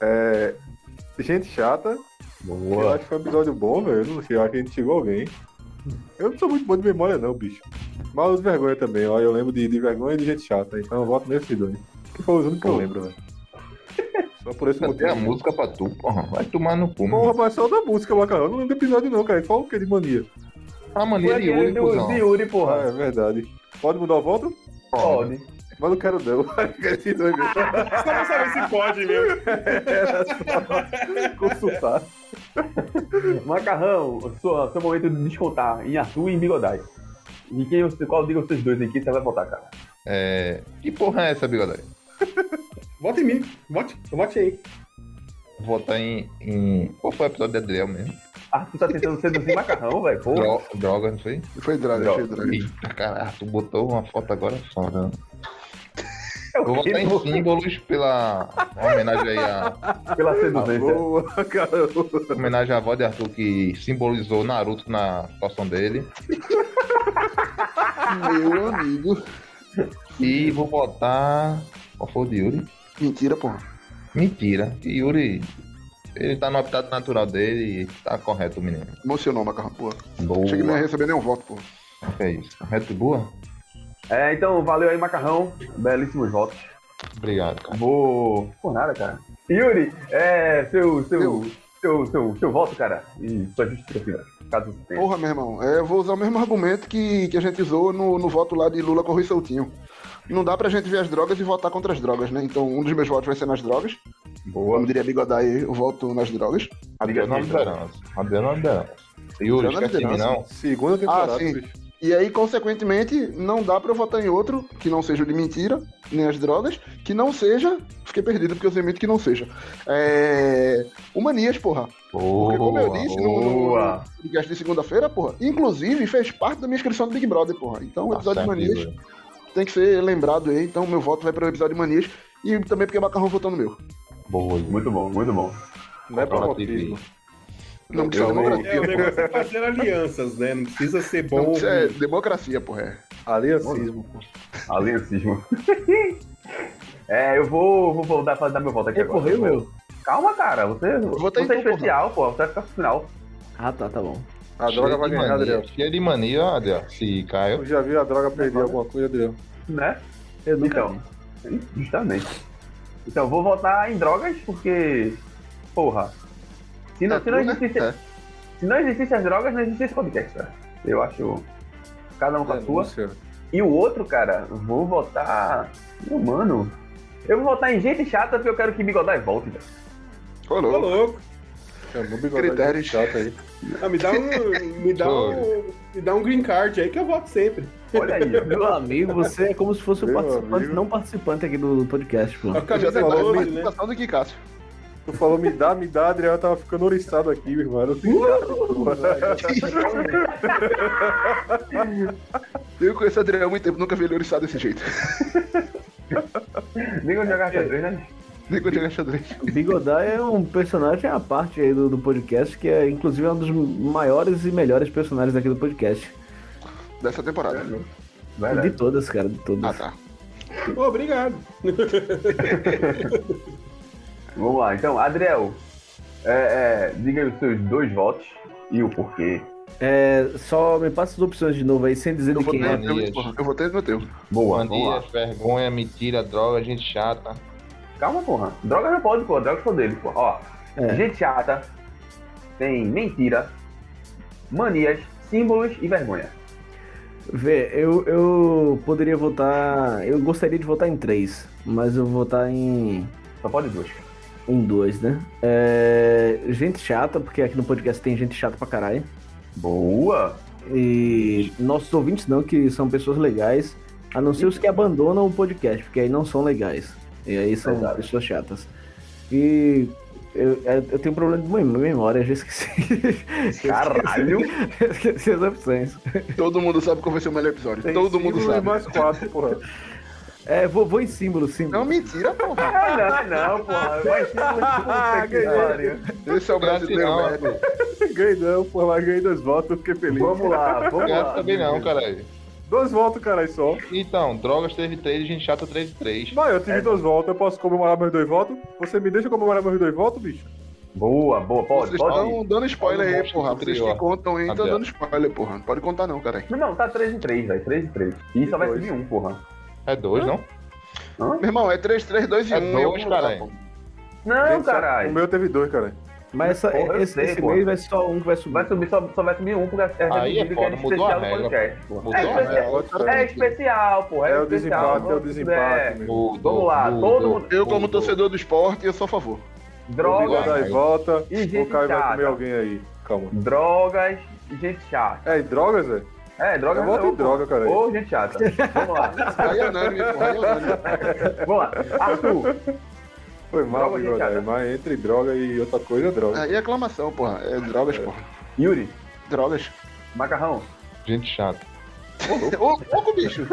[SPEAKER 4] É. Gente chata. Eu
[SPEAKER 1] Boa.
[SPEAKER 4] acho que foi um episódio bom, velho. Eu Não sei, eu acho que a gente chegou alguém. Eu não sou muito bom de memória, não, bicho. Mas os vergonha também, ó. Eu lembro de, de vergonha e de gente chata, então eu voto nesse dois. Que foi os únicos que eu lembro, velho. Só por esse
[SPEAKER 2] Botei a
[SPEAKER 4] motivo.
[SPEAKER 2] música pra tu, porra. Vai tomar no cu.
[SPEAKER 4] Porra,
[SPEAKER 2] mano.
[SPEAKER 4] mas só da música, macarrão. Eu não lembro do episódio, não, cara. Qual o que é de mania?
[SPEAKER 2] A
[SPEAKER 1] Foi
[SPEAKER 2] mania de
[SPEAKER 10] é
[SPEAKER 1] aquele
[SPEAKER 2] Yuri,
[SPEAKER 1] do é de
[SPEAKER 2] cuzão.
[SPEAKER 1] Yuri,
[SPEAKER 4] Ah,
[SPEAKER 1] porra.
[SPEAKER 4] é verdade. Pode mudar o voto?
[SPEAKER 1] Pode.
[SPEAKER 4] Mas não quero não. assim Quero
[SPEAKER 10] Só pra saber se pode mesmo.
[SPEAKER 4] só consultar.
[SPEAKER 1] Macarrão, sua, seu momento de descontar em Arthur e em Bigodai. E quem você, qual diga vocês dois aqui, você vai votar, cara.
[SPEAKER 2] É... Que porra é essa, Bigodai?
[SPEAKER 10] Vota em mim. Vote. Vote aí.
[SPEAKER 2] Votar em, em. Qual foi o episódio da Adriel mesmo?
[SPEAKER 1] Arthur tá tentando seduzir macarrão, velho. Pô,
[SPEAKER 2] Dro- Droga, não foi?
[SPEAKER 3] Foi Draga,
[SPEAKER 1] Não.
[SPEAKER 3] foi Draga.
[SPEAKER 2] Eita, caralho, tu botou uma foto agora foda. né?
[SPEAKER 1] eu
[SPEAKER 2] Eu vou votar em símbolos pela uma homenagem aí à
[SPEAKER 3] Ah,
[SPEAKER 1] pela seduzência.
[SPEAKER 4] Boa, cara.
[SPEAKER 2] homenagem à avó de Arthur que simbolizou Naruto na situação dele.
[SPEAKER 3] Meu amigo.
[SPEAKER 2] E vou votar. Qual foi o de Yuri?
[SPEAKER 3] Mentira, porra.
[SPEAKER 2] Mentira. que Yuri. Ele tá no habitat natural dele e tá correto o menino.
[SPEAKER 3] Emocionou, macarrão, porra.
[SPEAKER 2] Boa.
[SPEAKER 3] Achei que não ia receber nenhum voto, porra.
[SPEAKER 2] É isso. Correto, boa?
[SPEAKER 1] É, então, valeu aí, macarrão. Belíssimos votos.
[SPEAKER 2] Obrigado, cara.
[SPEAKER 1] Vou. Por nada, cara. Yuri, é. Seu. Seu.
[SPEAKER 3] Meu.
[SPEAKER 1] Seu, seu, seu voto, cara. E sua justificativa. Caso você tenha.
[SPEAKER 3] Porra, meu irmão, é, eu vou usar o mesmo argumento que, que a gente usou no, no voto lá de Lula com o Rui Soutinho. Não dá pra gente ver as drogas e votar contra as drogas, né? Então um dos meus votos vai ser nas drogas. Como
[SPEAKER 2] Boa.
[SPEAKER 3] diria Bigodai, eu voto nas drogas.
[SPEAKER 2] Adriano Liderança. Adriano Liderança. Yuri,
[SPEAKER 3] Adriano
[SPEAKER 2] esquece de mim,
[SPEAKER 3] liderança.
[SPEAKER 2] não.
[SPEAKER 4] Segunda temporada,
[SPEAKER 3] Ah, sim.
[SPEAKER 4] bicho.
[SPEAKER 3] E aí, consequentemente, não dá pra eu votar em outro que não seja o de mentira, nem as drogas, que não seja. Fiquei perdido porque eu sei muito que não seja. É. Humanias, porra.
[SPEAKER 2] Boa.
[SPEAKER 3] Porque, como eu disse no, no, no
[SPEAKER 1] Boa.
[SPEAKER 3] podcast de segunda-feira, porra, inclusive fez parte da minha inscrição do Big Brother, porra. Então, o
[SPEAKER 2] Tá
[SPEAKER 3] episódio
[SPEAKER 2] certo,
[SPEAKER 3] de Manias
[SPEAKER 2] Yuri.
[SPEAKER 3] tem que ser lembrado aí. Então, meu voto vai para o episódio de Manias. E também porque o Macarrão votou no meu.
[SPEAKER 2] Boa, Yuri.
[SPEAKER 1] Muito bom, muito bom.
[SPEAKER 4] Não é pra rotismo.
[SPEAKER 3] Não precisa
[SPEAKER 10] É,
[SPEAKER 2] eu-
[SPEAKER 10] o
[SPEAKER 3] democracia, porra.
[SPEAKER 10] negócio é fazer alianças, né? Não precisa ser bom.
[SPEAKER 3] Não precisa- é democracia, porra. é.
[SPEAKER 4] Aliancismo. pô.
[SPEAKER 1] Aliancismo. é, eu vou. Vou, vou dar, dar meu voto aqui
[SPEAKER 5] Quem
[SPEAKER 1] agora.
[SPEAKER 5] correu, é meu?
[SPEAKER 1] Calma, cara. Você, você
[SPEAKER 3] votar em tu,
[SPEAKER 1] é
[SPEAKER 3] porra.
[SPEAKER 1] especial, pô. Você vai ficar pro final.
[SPEAKER 5] Ah, tá, tá bom.
[SPEAKER 4] A droga vai ganhar, Adriel.
[SPEAKER 2] Cheia de mania, Adriel. Se
[SPEAKER 4] Eu
[SPEAKER 2] caiu.
[SPEAKER 4] já vi a droga perder alguma coisa, Adriel.
[SPEAKER 1] Né?
[SPEAKER 5] Eu nunca
[SPEAKER 1] Então. Justamente. Então, eu vou votar em drogas, porque. Porra. Se não,
[SPEAKER 3] É
[SPEAKER 1] se não
[SPEAKER 3] tu, né?
[SPEAKER 1] existisse.
[SPEAKER 3] É.
[SPEAKER 1] Se não existisse as drogas, não existisse esse podcast, cara. Eu acho. Cada um com a sua.
[SPEAKER 4] Denúncia.
[SPEAKER 1] E o outro, cara, vou votar. Meu mano. Eu vou votar em gente chata porque eu quero que Bigodai volte, velho.
[SPEAKER 3] Ô,
[SPEAKER 10] Ô,
[SPEAKER 3] louco.
[SPEAKER 10] louco.
[SPEAKER 4] Chamou o bigode
[SPEAKER 3] Critérios.
[SPEAKER 4] de chato aí.
[SPEAKER 10] Ah, me dá um. Me dá um. Me dá um green card aí que eu voto sempre.
[SPEAKER 1] Olha aí, ó.
[SPEAKER 5] Meu amigo, você é como se fosse um
[SPEAKER 4] Meu
[SPEAKER 5] participante,
[SPEAKER 4] amigo.
[SPEAKER 5] não participante aqui do podcast, pô.
[SPEAKER 10] A
[SPEAKER 3] Eu já
[SPEAKER 10] camisa
[SPEAKER 3] tenho mais
[SPEAKER 10] 12, né?
[SPEAKER 3] participação do que Cássio.
[SPEAKER 4] Tu falou me dá, me dá, Adriel. Eu tava ficando oriçado aqui, meu irmão. Eu não tenho nada, porra.
[SPEAKER 3] Eu conheço o Adriel há muito tempo, nunca vi ele oriçar desse jeito.
[SPEAKER 1] Nem quando jogar xadrez, né?
[SPEAKER 3] Nem quando eu xadrez.
[SPEAKER 5] Bigodai é um personagem à parte aí do, do podcast, que é inclusive é um dos maiores e melhores personagens aqui do podcast.
[SPEAKER 3] Dessa temporada.
[SPEAKER 1] Verdade.
[SPEAKER 5] De todas, cara, de todas.
[SPEAKER 3] Ah, tá.
[SPEAKER 10] Ô, obrigado.
[SPEAKER 1] Vamos lá, então, Adriel. É, é, diga aí os seus dois votos e o porquê.
[SPEAKER 5] É, só me passa as opções de novo aí, sem dizer
[SPEAKER 3] Eu
[SPEAKER 5] de
[SPEAKER 3] votei
[SPEAKER 5] quem é.
[SPEAKER 3] no teu, porra. Eu votei no teu.
[SPEAKER 1] Boa, vamos lá.
[SPEAKER 2] Manias, vergonha, mentira, droga, gente chata.
[SPEAKER 1] Calma, porra. Droga não pode, pô. Droga só dele, pô. Ó,
[SPEAKER 5] É.
[SPEAKER 1] gente chata, tem mentira, manias, símbolos e vergonha.
[SPEAKER 5] Vê, eu, eu poderia votar. Eu gostaria de votar em três, mas eu vou votar em,
[SPEAKER 1] Só pode duas. cara.
[SPEAKER 5] em dois, né? É, gente chata, porque aqui no podcast tem gente chata pra caralho.
[SPEAKER 1] Boa!
[SPEAKER 5] E nossos ouvintes não, que são pessoas legais, a não ser os que abandonam o podcast, porque aí não são legais. E aí são
[SPEAKER 1] Verdade.
[SPEAKER 5] pessoas chatas. E eu, é, eu tenho um problema de mem- memória, eu já esqueci.
[SPEAKER 1] Caralho!
[SPEAKER 5] Eu esqueci as opções.
[SPEAKER 3] Todo mundo sabe qual vai ser o melhor episódio.
[SPEAKER 4] Tem
[SPEAKER 3] Todo mundo
[SPEAKER 4] símbolo e
[SPEAKER 3] sabe.
[SPEAKER 4] mais quatro, porra.
[SPEAKER 5] É, vou, vou em símbolo, símbolo.
[SPEAKER 3] Não, mentira, porra.
[SPEAKER 1] Ah, não, não, porra. Vai ser puta que pariu.
[SPEAKER 3] Esse é o brasileiro
[SPEAKER 2] Não,
[SPEAKER 3] médio.
[SPEAKER 4] Ganhei não, porra. Mas ganhei dois votos, eu fiquei feliz.
[SPEAKER 1] Vamos lá, vamos
[SPEAKER 2] Drogas
[SPEAKER 1] lá.
[SPEAKER 2] também não, caralho.
[SPEAKER 4] Dois votos, caralho, só.
[SPEAKER 2] Então, drogas teve três, gente chata teve três.
[SPEAKER 4] Vai, eu
[SPEAKER 10] É.
[SPEAKER 4] tive dois votos. Eu posso comemorar meus dois votos? Você me deixa comemorar meus dois votos, bicho?
[SPEAKER 1] Boa, boa, pode,
[SPEAKER 3] Vocês
[SPEAKER 1] pode.
[SPEAKER 3] estão dando
[SPEAKER 2] Olha o
[SPEAKER 3] spoiler aí,
[SPEAKER 2] monstro
[SPEAKER 3] porra.
[SPEAKER 2] que
[SPEAKER 3] Vocês
[SPEAKER 2] criou,
[SPEAKER 3] que Tá
[SPEAKER 2] ó.
[SPEAKER 3] contam aí, estão
[SPEAKER 2] Adriano.
[SPEAKER 3] dando spoiler, porra. Não pode contar não, cara.
[SPEAKER 1] Não, tá 3 em 3, velho. 3 em 3. E só vai
[SPEAKER 4] dois.
[SPEAKER 1] subir um, porra.
[SPEAKER 2] É dois, não?
[SPEAKER 3] Meu irmão, é 3, 3, 2 e
[SPEAKER 2] É
[SPEAKER 3] 1. em
[SPEAKER 2] dois,
[SPEAKER 3] algum lugar,
[SPEAKER 2] caralho.
[SPEAKER 3] pô.
[SPEAKER 1] Não,
[SPEAKER 4] Gente, O
[SPEAKER 1] caralho.
[SPEAKER 4] um meu teve dois, caralho.
[SPEAKER 5] Mas essa-
[SPEAKER 1] Porra, eu
[SPEAKER 5] esse,
[SPEAKER 1] sei,
[SPEAKER 5] esse
[SPEAKER 1] pô.
[SPEAKER 5] mês vai ser só um que vai subir.
[SPEAKER 1] Vai subir, só, só vai subir um, porque é
[SPEAKER 2] Aí é
[SPEAKER 1] reduzido, que
[SPEAKER 2] foda, mudou a
[SPEAKER 1] especial do
[SPEAKER 2] regra.
[SPEAKER 1] podcast.
[SPEAKER 2] pô. Mudou né?
[SPEAKER 1] É,
[SPEAKER 2] a
[SPEAKER 1] especial.
[SPEAKER 2] regra.
[SPEAKER 3] né?
[SPEAKER 1] É especial, pô. É,
[SPEAKER 4] É o
[SPEAKER 1] especial.
[SPEAKER 4] desempate, é o
[SPEAKER 1] Vamos-
[SPEAKER 4] desempate. meu.
[SPEAKER 2] Mudou,
[SPEAKER 1] Vamos lá,
[SPEAKER 2] mudou,
[SPEAKER 1] todo mundo.
[SPEAKER 3] Eu, como
[SPEAKER 2] mudou.
[SPEAKER 3] torcedor do esporte, eu sou a favor.
[SPEAKER 4] Obrigado
[SPEAKER 1] é, Drogas,
[SPEAKER 2] Obrigado.
[SPEAKER 4] aí, volta.
[SPEAKER 1] E gente
[SPEAKER 4] O Caio vai
[SPEAKER 1] chata.
[SPEAKER 4] comer alguém aí. Calma.
[SPEAKER 1] drogas e gente chata.
[SPEAKER 4] É, e drogas, Zé?
[SPEAKER 1] É, drogas
[SPEAKER 4] Eu voto em
[SPEAKER 1] pô.
[SPEAKER 4] droga, cara.
[SPEAKER 1] Ô, gente chata. Vamos lá.
[SPEAKER 3] Aí é unânime, porra, aí é unânime.
[SPEAKER 1] Vamos lá. Arthur,
[SPEAKER 4] Foi mal,
[SPEAKER 1] Droga,
[SPEAKER 4] Big
[SPEAKER 1] gente,
[SPEAKER 4] Brother,
[SPEAKER 1] cara.
[SPEAKER 4] mas entre droga e outra coisa é droga.
[SPEAKER 3] Aí é aclamação, porra. É drogas, porra.
[SPEAKER 1] Yuri,
[SPEAKER 3] Drogas.
[SPEAKER 1] macarrão.
[SPEAKER 2] Gente chata.
[SPEAKER 3] Ô, pouco, bicho.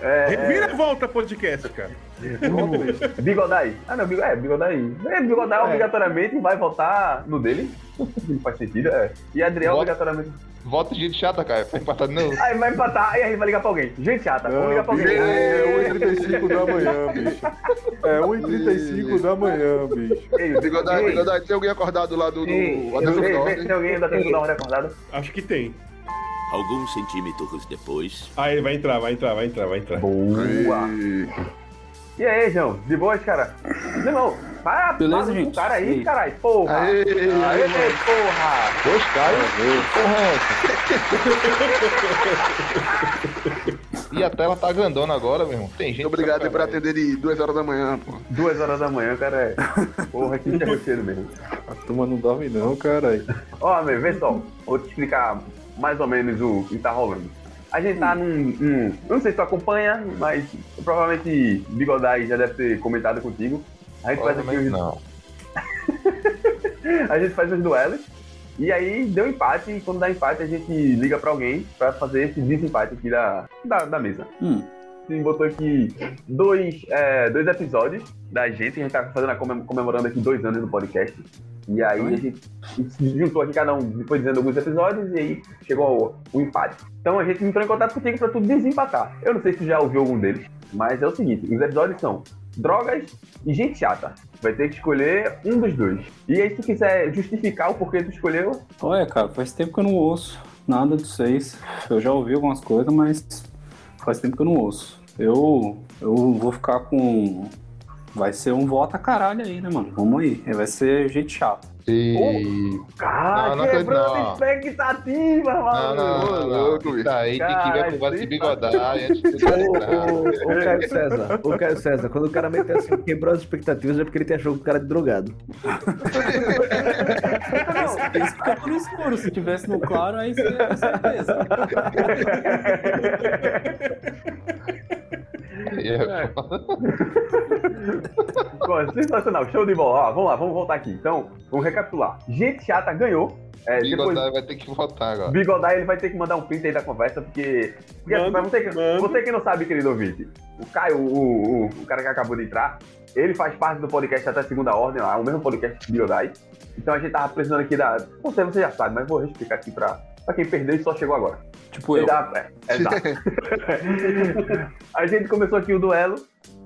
[SPEAKER 1] É,
[SPEAKER 10] Vira e volta podcast, cara.
[SPEAKER 1] é, bigodai. Ah, não, bigodai. É, bigodai. É, bigodai obrigatoriamente vai votar no dele. Não faz sentido, é. E Adriel
[SPEAKER 2] Vota.
[SPEAKER 1] obrigatoriamente.
[SPEAKER 2] Vota gente chata, Caio. Foi empatado não.
[SPEAKER 1] Aí vai empatar, e aí vai ligar pra alguém. Gente chata, vamos ligar pra
[SPEAKER 4] bicho,
[SPEAKER 1] alguém.
[SPEAKER 3] um
[SPEAKER 4] é 1h35 da manhã, bicho. É 1h35 da manhã, bicho.
[SPEAKER 1] Ei,
[SPEAKER 3] Bigodai,
[SPEAKER 1] ei,
[SPEAKER 3] bigodai, tem alguém acordado lá do. do...
[SPEAKER 1] ei, ei,
[SPEAKER 3] Atenção da
[SPEAKER 1] vê-
[SPEAKER 3] ordem?
[SPEAKER 1] Tem um alguém da Tempo da Ordem acordado?
[SPEAKER 10] Acho que tem.
[SPEAKER 8] Alguns centímetros depois.
[SPEAKER 10] Ah, ele vai entrar, vai entrar, vai entrar, vai entrar.
[SPEAKER 1] Boa. E aí, João? De boas, cara? Meu irmão, para
[SPEAKER 11] Beleza,
[SPEAKER 1] para com
[SPEAKER 11] gente?
[SPEAKER 1] o um cara
[SPEAKER 11] E
[SPEAKER 1] aí,
[SPEAKER 11] aí?
[SPEAKER 1] caralho. Porra. Aê,
[SPEAKER 3] Aê, aê, mano.
[SPEAKER 1] porra.
[SPEAKER 2] Dois Caio. Porra, é essa? E a tela tá grandona agora, meu irmão. Tem gente.
[SPEAKER 3] Muito obrigado aí
[SPEAKER 2] pra
[SPEAKER 3] por
[SPEAKER 2] caralho.
[SPEAKER 3] atender de 2 horas da manhã, porra.
[SPEAKER 1] Duas horas da manhã, cara. é- Porra, que terroceiro mesmo.
[SPEAKER 4] A turma não dorme, não, caralho.
[SPEAKER 1] Ó, meu, vê só. Vou te explicar mais ou menos o que tá rolando. A gente tá num. num- eu não sei se tu acompanha, mas provavelmente Bigodai já deve ter comentado contigo. A gente faz aqui
[SPEAKER 2] Provavelmente
[SPEAKER 1] os
[SPEAKER 2] Não.
[SPEAKER 1] a gente faz os duelos. E aí deu um empate, e quando dá empate, a gente liga pra alguém pra fazer esse desempate aqui da, da, da mesa.
[SPEAKER 11] Hum.
[SPEAKER 1] A gente botou aqui dois, é, dois episódios da gente, a gente tá fazendo, a comem- comemorando aqui dois anos do podcast. E aí a gente se juntou aqui, cada um foi dizendo alguns episódios, e aí chegou ao- o empate. Então a gente entrou em contato contigo pra tu desempatar. Eu não sei se tu já ouviu algum deles, mas é o seguinte: os episódios são drogas e gente chata. Vai ter que escolher um dos dois. E aí, se tu quiser justificar o porquê tu escolheu,
[SPEAKER 11] Olha, cara, faz tempo que eu não ouço nada de vocês. Eu já ouvi algumas coisas, mas faz tempo que eu não ouço. Eu, eu vou ficar com. Vai ser um voto a caralho aí, né, mano? Vamos aí. Vai ser gente chata.
[SPEAKER 2] E...
[SPEAKER 1] cara,
[SPEAKER 2] Não, não acredito,
[SPEAKER 1] quebrando
[SPEAKER 2] não.
[SPEAKER 1] expectativa,
[SPEAKER 2] Não,
[SPEAKER 1] mano.
[SPEAKER 2] não, não, não.
[SPEAKER 3] louco,
[SPEAKER 2] Isso aí tem que ver
[SPEAKER 1] Caralho,
[SPEAKER 2] com vai se
[SPEAKER 1] sem
[SPEAKER 2] bigodar antes de
[SPEAKER 5] Ô, ô, ô, Caio César, ô Caio César, quando o cara meteu assim, quebrou as expectativas é porque ele tem achou que o cara é drogado.
[SPEAKER 11] Esse ficou no escuro. Se tivesse no claro, aí você com certeza.
[SPEAKER 2] É,
[SPEAKER 1] Pô, sensacional, show de bola. Ó, vamos lá, vamos voltar aqui. Então, vamos recapitular. Gente chata ganhou. É, depois,
[SPEAKER 2] bigodar vai ter que votar agora.
[SPEAKER 1] Bigodai ele vai ter que mandar um print aí da conversa, porque. porque assim, pra você, que,
[SPEAKER 10] manda.
[SPEAKER 1] você que não sabe, querido ouvinte, o Caio, o, o, o cara que acabou de entrar, ele faz parte do podcast até segunda ordem lá, o mesmo podcast do Bigodai. Então a gente tava precisando aqui da. Não sei, você já sabe, mas vou explicar aqui pra, pra quem perdeu e só chegou agora.
[SPEAKER 11] Tipo eu.
[SPEAKER 1] Dá- é, exato. a gente começou aqui o duelo,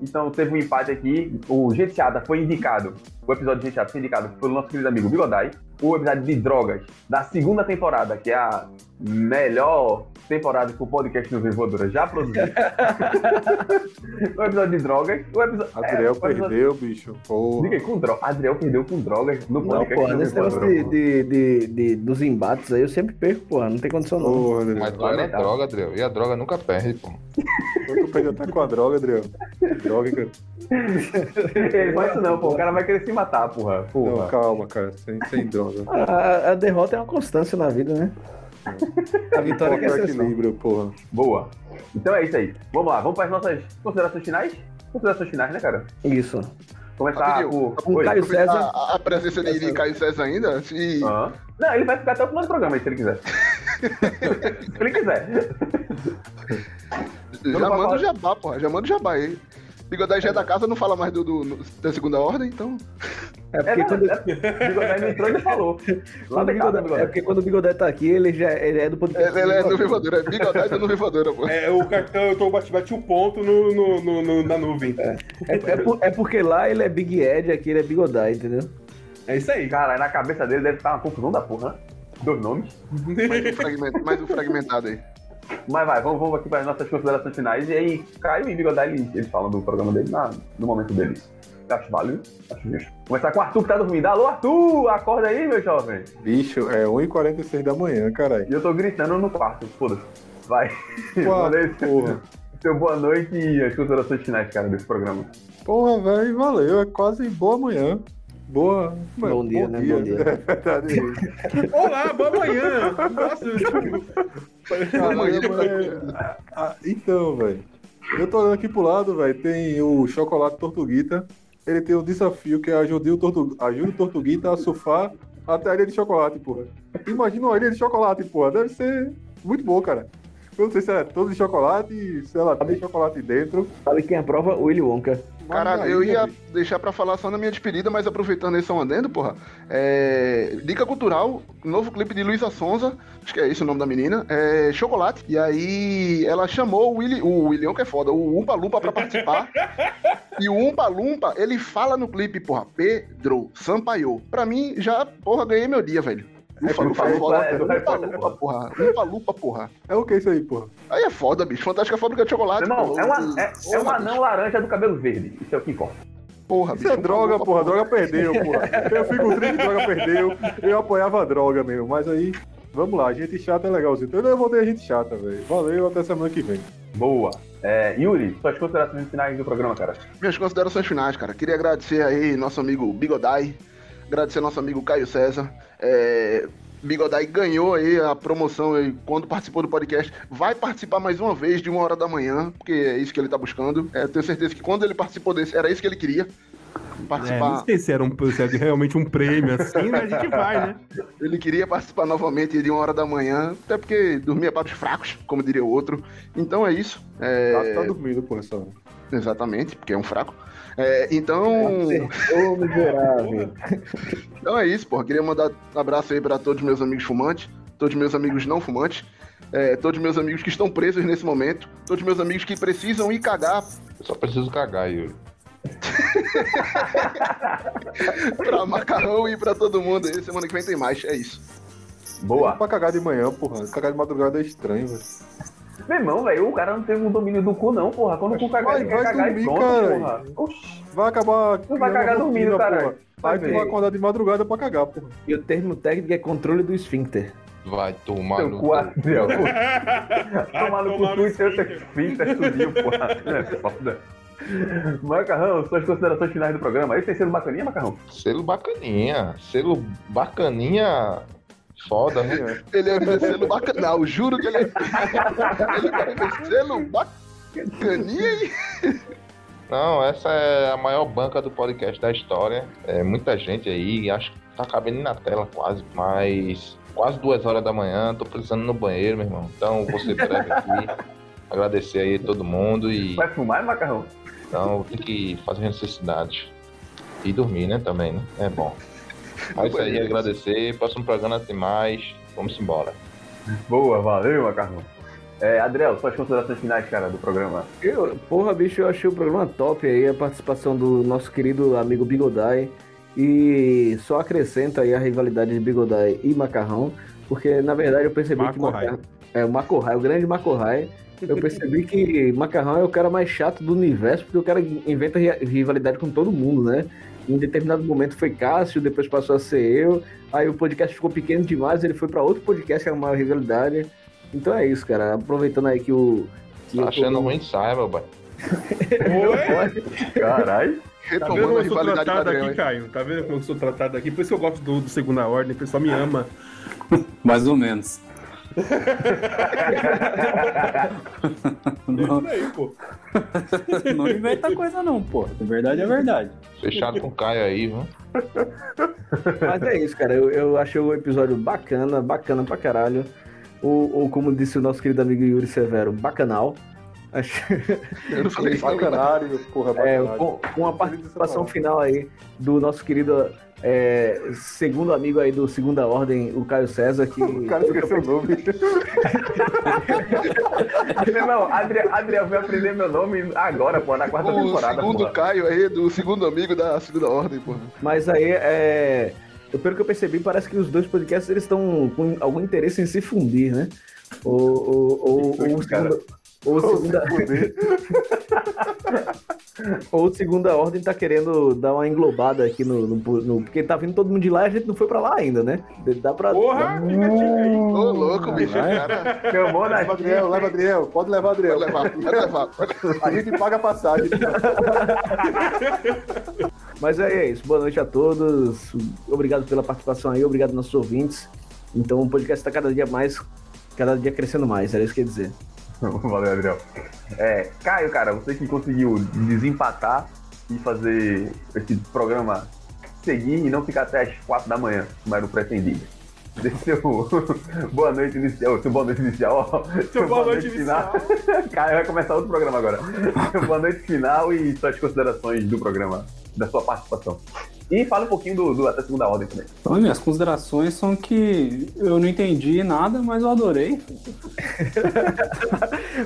[SPEAKER 1] então teve um empate aqui. O Gente Chata foi indicado, o episódio de Gente Chata foi indicado pelo nosso querido amigo Bigodai. O episódio de drogas da segunda temporada, que é a melhor temporada que o podcast no Voadora já produziu. o episódio de drogas. O episódio,
[SPEAKER 4] Adriel
[SPEAKER 1] é, o episódio-
[SPEAKER 4] perdeu, bicho. Porra.
[SPEAKER 1] Diga aí, com drogas. Adriel perdeu com drogas no
[SPEAKER 5] Não,
[SPEAKER 1] podcast
[SPEAKER 5] porra,
[SPEAKER 1] do
[SPEAKER 5] nesse negócio
[SPEAKER 1] Voadora.
[SPEAKER 5] de, de, de- de- dos embates aí eu sempre perco, porra, não tem condição não.
[SPEAKER 4] Porra, Adriel.
[SPEAKER 2] Mas olha a
[SPEAKER 1] Lamentável.
[SPEAKER 2] droga, Adriel. E a droga nunca perde, pô.
[SPEAKER 4] Eu tô perdendo até com a droga, Adriel. Droga, cara.
[SPEAKER 1] Ele faz isso não, pô. O cara vai querer se matar, porra. porra.
[SPEAKER 4] Não, calma, cara. Sem, sem droga.
[SPEAKER 5] A- A, a derrota é uma constância na vida, né? A vitória que é
[SPEAKER 4] Foca o
[SPEAKER 5] exceção.
[SPEAKER 4] equilíbrio, porra.
[SPEAKER 1] Boa. Então é isso aí. Vamos lá, vamos para as nossas considerações finais? Considerações finais, né, cara?
[SPEAKER 5] Isso.
[SPEAKER 1] Começar
[SPEAKER 3] Rapidinho.
[SPEAKER 1] por.
[SPEAKER 5] Com
[SPEAKER 1] Oi.
[SPEAKER 5] Caio César,
[SPEAKER 3] A, a presença de, de Caio César ainda. E
[SPEAKER 1] Aham. Não, ele vai ficar até o final do programa, se ele quiser. se ele quiser.
[SPEAKER 3] já
[SPEAKER 1] não
[SPEAKER 3] manda
[SPEAKER 1] fala-
[SPEAKER 3] o jabá, porra. Já manda o jabá aí. Bigodai já é da casa, não fala mais do, do- no- da segunda ordem, então.
[SPEAKER 5] é
[SPEAKER 1] É,
[SPEAKER 5] porque
[SPEAKER 1] não,
[SPEAKER 5] quando,
[SPEAKER 1] é, o Bigodé me entrou e me falou. Lá
[SPEAKER 5] quando
[SPEAKER 1] da casa,
[SPEAKER 5] o Bigodé, é
[SPEAKER 1] Bigodé.
[SPEAKER 5] porque quando o Bigodé tá aqui, ele já ele é do
[SPEAKER 3] É,
[SPEAKER 5] podcast.
[SPEAKER 3] Ela é nuvem voadora. É Bigodai da nuvem voadora, pô.
[SPEAKER 10] É, o cartão, eu tô bati, bati um ponto no, no, no- no- na nuvem.
[SPEAKER 5] É, é por- é porque lá ele é Big Ed, aqui ele é Bigodai, entendeu?
[SPEAKER 10] É isso aí.
[SPEAKER 1] Caralho, na cabeça dele deve estar uma confusão da porra, né? Dois nomes.
[SPEAKER 3] Mais um, fragmento, mais um fragmentado aí.
[SPEAKER 1] Mas vai, vamos, vamos aqui para as nossas considerações finais. E aí, Caio e Bigodá, eles, eles falam do programa dele na, no momento deles. Eu Acho válido, acho justo. Começar com o Arthur que tá dormindo. Alô, Arthur! Acorda aí, meu jovem!
[SPEAKER 4] Bicho, é 1h46 da manhã, caralho.
[SPEAKER 1] E eu tô gritando no quarto, foda-se. Vai.
[SPEAKER 4] Quarto,
[SPEAKER 1] Mandei
[SPEAKER 4] porra.
[SPEAKER 1] Seu boa noite e as considerações finais, cara, desse programa.
[SPEAKER 4] Porra, velho, valeu. É quase boa manhã. Boa.
[SPEAKER 5] Bom dia, né? Bom dia.
[SPEAKER 4] É verdade.
[SPEAKER 10] Olá, boa manhã! Nossa, tipo,
[SPEAKER 3] Ah,
[SPEAKER 4] Caramba, é- Ah, então, velho. Eu tô olhando aqui pro lado, velho. Tem o Chocolate Tortuguita. Ele tem um desafio que é ajudar o, tortu... ajude o Tortuguita a surfar até a ilha de chocolate, porra. Imagina uma ilha de chocolate, porra. Deve ser muito bom, cara. Eu não sei se é todo de chocolate, se ela tem chocolate dentro.
[SPEAKER 5] Sabe quem aprova? O Willy Wonka.
[SPEAKER 3] Cara,
[SPEAKER 4] Mas
[SPEAKER 3] eu
[SPEAKER 4] aí,
[SPEAKER 3] ia
[SPEAKER 4] velho,
[SPEAKER 3] deixar pra falar só na minha despedida, mas aproveitando esse um adendo, porra. é, Dica cultural, novo clipe de Luísa Sonza, acho que é esse o nome da menina, é Chocolate. E aí ela chamou o Willy, o William que é foda, o Umpa Lumpa pra participar. e o Umpa Lumpa, ele fala no clipe, porra, Pedro Sampaio. Pra mim, já, porra, ganhei meu dia, velho. Umpa Lumpa,
[SPEAKER 1] Harry
[SPEAKER 3] foda,
[SPEAKER 1] Potter, é do
[SPEAKER 3] Umpa
[SPEAKER 1] Harry Potter,
[SPEAKER 3] Lumpa, porra. Umpa Lumpa, porra.
[SPEAKER 4] É o que isso aí, porra?
[SPEAKER 3] Aí é foda, bicho. Fantástica Fábrica de Chocolate.
[SPEAKER 1] Irmão,
[SPEAKER 3] porra.
[SPEAKER 1] é, uma, é, é um
[SPEAKER 3] Porra,
[SPEAKER 1] anão laranja do cabelo verde. Isso é o que importa.
[SPEAKER 3] Porra,
[SPEAKER 4] Isso é
[SPEAKER 3] Umpa
[SPEAKER 4] droga,
[SPEAKER 3] Lumpa,
[SPEAKER 4] porra. Droga perdeu, porra. Eu fico triste que droga perdeu. Eu apoiava a droga mesmo. Mas aí, vamos lá. Gente chata é legalzinho. Então eu voltei a gente chata, velho. Valeu, até semana que vem.
[SPEAKER 1] Boa. É, Yuri, suas considerações finais do programa, cara.
[SPEAKER 3] Minhas considerações finais, cara. Queria agradecer aí nosso amigo Bigodai, agradecer nosso amigo Caio César. É, Bigodai ganhou aí a promoção aí quando participou do podcast. Vai participar mais uma vez de uma hora da manhã, porque é isso que ele tá buscando. É, tenho certeza que quando ele participou desse, era isso que ele queria.
[SPEAKER 10] é, não
[SPEAKER 3] Participar.
[SPEAKER 10] sei se era, um, se era realmente um prêmio assim, né? A gente vai, né?
[SPEAKER 3] ele queria participar novamente de uma hora da manhã, até porque dormia para os fracos, como diria o outro. Então é isso. É,
[SPEAKER 4] Tá, tá dormindo, porra, só.
[SPEAKER 3] Exatamente, porque é um fraco. É, então.
[SPEAKER 5] Ô, miserável.
[SPEAKER 3] Então é isso, porra. Queria mandar um abraço aí pra todos meus amigos fumantes, todos meus amigos não fumantes, é, todos meus amigos que estão presos nesse momento, todos meus amigos que precisam ir cagar
[SPEAKER 2] Eu só preciso cagar, Yuri.
[SPEAKER 3] pra macarrão e pra todo mundo. aí. semana que vem tem mais, é isso.
[SPEAKER 1] Boa.
[SPEAKER 4] Pra cagar de manhã, porra. Cagar de madrugada é estranho, velho.
[SPEAKER 1] Meu irmão, velho, o cara não teve um domínio do cu, não, porra. Quando o cu cagar,
[SPEAKER 4] vai-
[SPEAKER 1] ele quer
[SPEAKER 4] vai
[SPEAKER 1] cagar e
[SPEAKER 4] dormir,
[SPEAKER 1] pronto,
[SPEAKER 4] cara.
[SPEAKER 1] porra. Oxi,
[SPEAKER 4] Vai acabar.
[SPEAKER 1] tu vai
[SPEAKER 4] criando
[SPEAKER 1] cagar
[SPEAKER 4] uma
[SPEAKER 1] dormindo,
[SPEAKER 4] rotina,
[SPEAKER 1] cara.
[SPEAKER 4] porra. Aí tu vai acordar de madrugada pra cagar, porra.
[SPEAKER 5] E o termo técnico é controle do esfíncter.
[SPEAKER 2] Vai tomar
[SPEAKER 1] Seu
[SPEAKER 2] no
[SPEAKER 1] cu
[SPEAKER 2] cu.
[SPEAKER 1] assim, ó. Tomar no
[SPEAKER 10] tomar
[SPEAKER 1] cu tu
[SPEAKER 10] no
[SPEAKER 1] e seu esfíncter subiu, porra. É foda. Macarrão, suas considerações finais do programa. Esse tem sido bacaninha, Macarrão?
[SPEAKER 2] Selo bacaninha. Selo bacaninha. Foda, né?
[SPEAKER 3] Ele é de selo bacanal, juro que ele é. ele é de selo bacaninha
[SPEAKER 10] Tá
[SPEAKER 3] e.
[SPEAKER 2] Não, essa é a maior banca do podcast da história. É muita gente aí, acho que tá cabendo na tela quase, mas quase duas horas da manhã, tô precisando ir no banheiro, meu irmão. Então vou ser breve aqui. Agradecer aí todo mundo e
[SPEAKER 1] Vai fumar, Macarrão?
[SPEAKER 2] então tem que fazer necessidades. E dormir, né, também, né? É bom. É isso aí, agradecer. Próximo programa tem mais. Vamos embora. Tá
[SPEAKER 1] Boa, valeu, Macarrão. É, Adriel, suas considerações finais, cara, do programa.
[SPEAKER 5] Eu, porra, bicho, eu achei o programa top aí, a participação do nosso querido amigo Bigodai. E só acrescenta aí a rivalidade de Bigodai e Macarrão, porque na verdade eu percebi que
[SPEAKER 10] Macorrai.
[SPEAKER 5] Macarrão, é, o Macorrai, o grande Macorrai, eu percebi que Macarrão é o cara mais chato do universo, porque o cara inventa ri- rivalidade com todo mundo, né? Em determinado momento foi Cássio, depois passou a ser eu, aí o podcast ficou pequeno demais, ele foi pra outro podcast que era uma rivalidade. Então é isso, cara, aproveitando aí que o. que
[SPEAKER 2] Tá
[SPEAKER 5] eu tô
[SPEAKER 2] achando
[SPEAKER 5] com-
[SPEAKER 2] ruim, saiba, bai.
[SPEAKER 1] Caralho.
[SPEAKER 10] Tá vendo como eu
[SPEAKER 3] Retomando a
[SPEAKER 10] sou
[SPEAKER 3] rivalidade
[SPEAKER 10] tratado
[SPEAKER 3] padrão,
[SPEAKER 10] aqui,
[SPEAKER 3] hein?
[SPEAKER 10] Caio? Tá vendo como eu sou tratado aqui? Por isso que eu gosto do, do Segunda Ordem, o pessoal me ama.
[SPEAKER 11] Mais ou menos.
[SPEAKER 10] É
[SPEAKER 11] não,
[SPEAKER 10] isso aí, pô.
[SPEAKER 11] não inventa coisa não, pô. Na verdade é verdade.
[SPEAKER 2] Fechado com o Caio aí, viu?
[SPEAKER 5] Mas é isso, cara. Eu, eu achei o episódio bacana, bacana pra caralho. Ou, ou como disse o nosso querido amigo Yuri Severo, bacanal. Achei-
[SPEAKER 3] Eu não
[SPEAKER 4] É
[SPEAKER 3] falei isso, não, cara.
[SPEAKER 4] Bacanário, porra,
[SPEAKER 5] É,
[SPEAKER 4] bacanário.
[SPEAKER 5] com, com a participação final aí do nosso querido é, segundo amigo aí do Segunda Ordem, o Caio César, que.
[SPEAKER 4] O cara esqueceu o nome.
[SPEAKER 1] Meu irmão, Adriel, Adriel veio aprender meu nome agora, pô, na quarta
[SPEAKER 3] O
[SPEAKER 1] temporada,
[SPEAKER 3] segundo
[SPEAKER 1] porra.
[SPEAKER 3] Caio aí, do segundo amigo da segunda ordem, porra.
[SPEAKER 5] Mas aí é. eu- Pelo que eu percebi, parece que os dois podcasts eles estão com algum interesse em se fundir, né? Ou, ou, ou,
[SPEAKER 1] foi,
[SPEAKER 5] ou
[SPEAKER 1] cara?
[SPEAKER 5] segunda, ou, segunda, ou segunda ordem tá querendo dar uma englobada aqui no, no, no- Porque tá vindo todo mundo de lá e a gente não foi pra lá ainda, né? Dá pra.
[SPEAKER 6] Porra, fica a dica aí.
[SPEAKER 3] Ô, louco, bicho, cara.
[SPEAKER 1] Chamou na
[SPEAKER 4] Leva Adriel, leva Adriel, pode levar Adriel.
[SPEAKER 3] Vai levar, vai levar.
[SPEAKER 4] A gente paga a passagem.
[SPEAKER 5] Mas aí é isso. Boa noite a todos. Obrigado pela participação aí, obrigado aos nossos ouvintes. Então o podcast tá cada dia mais. Cada dia crescendo mais, era isso que eu ia dizer.
[SPEAKER 1] Valeu, Adriel. É, Caio, cara, você que conseguiu desempatar e fazer esse programa seguir e não ficar até as quatro da manhã, como era o pretendido. Dê seu boa noite inicial, seu boa noite inicial, ó.
[SPEAKER 6] Seu boa noite
[SPEAKER 1] Caio vai começar outro programa agora. Seu boa noite final e suas considerações do programa, da sua participação. E fala um pouquinho do, do até segunda ordem também.
[SPEAKER 11] Então, minhas considerações são que eu não entendi nada, mas eu adorei.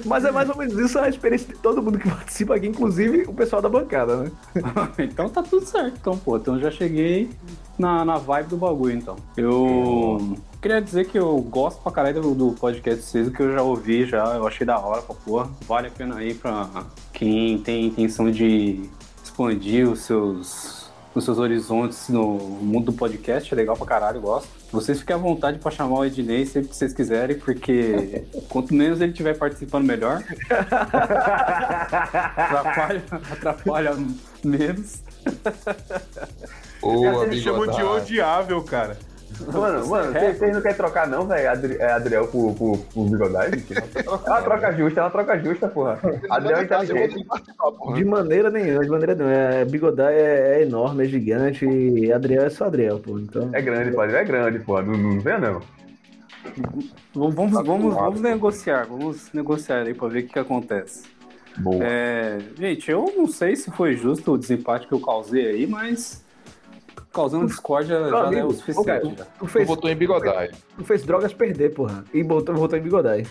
[SPEAKER 5] Mas é mais ou menos isso a experiência de todo mundo que participa aqui, inclusive o pessoal da bancada, né?
[SPEAKER 11] então tá tudo certo, então, pô. Então já cheguei na, na vibe do bagulho, então. Eu queria dizer que eu gosto pra caralho do, do podcast de vocês, que eu já ouvi já, eu achei da hora pra porra. Vale a pena aí pra quem tem intenção de expandir os seus, os seus horizontes no mundo do podcast, é legal pra caralho, eu gosto. Vocês fiquem à vontade pra chamar o Ednei sempre que vocês quiserem, porque quanto menos ele estiver participando, melhor. atrapalha, atrapalha menos.
[SPEAKER 2] Ô,
[SPEAKER 6] Ele
[SPEAKER 2] amigo
[SPEAKER 6] chamou de
[SPEAKER 2] otário.
[SPEAKER 6] odiável, cara.
[SPEAKER 1] Mano, mano, vocês vocês não querem trocar não, velho, Adri- é, Adriel por, por, por Bigodai? É uma troca justa, é uma troca justa, porra. Adriel é
[SPEAKER 3] eu vou
[SPEAKER 1] inteligente.
[SPEAKER 3] ter que participar, porra.
[SPEAKER 5] De maneira nenhuma, de maneira nenhuma. É, Bigodai é, é enorme, é gigante e Adriel é só Adriel, pô. Então,
[SPEAKER 1] É grande, pô. É grande, pô. Não, não vê, não.
[SPEAKER 11] Vamos, vamos, vamos, vamos negociar, vamos negociar aí pra ver o que, que acontece.
[SPEAKER 1] Boa.
[SPEAKER 11] É, gente, eu não sei se foi justo o desempate que eu causei aí, mas causando discórdia já
[SPEAKER 5] amigo,
[SPEAKER 11] é o suficiente.
[SPEAKER 5] ô,
[SPEAKER 11] já.
[SPEAKER 5] tu,
[SPEAKER 2] Tu
[SPEAKER 5] fez,
[SPEAKER 2] votou em bigodai.
[SPEAKER 5] tu fez drogas perder, porra. E botou, voltou em Bigodai.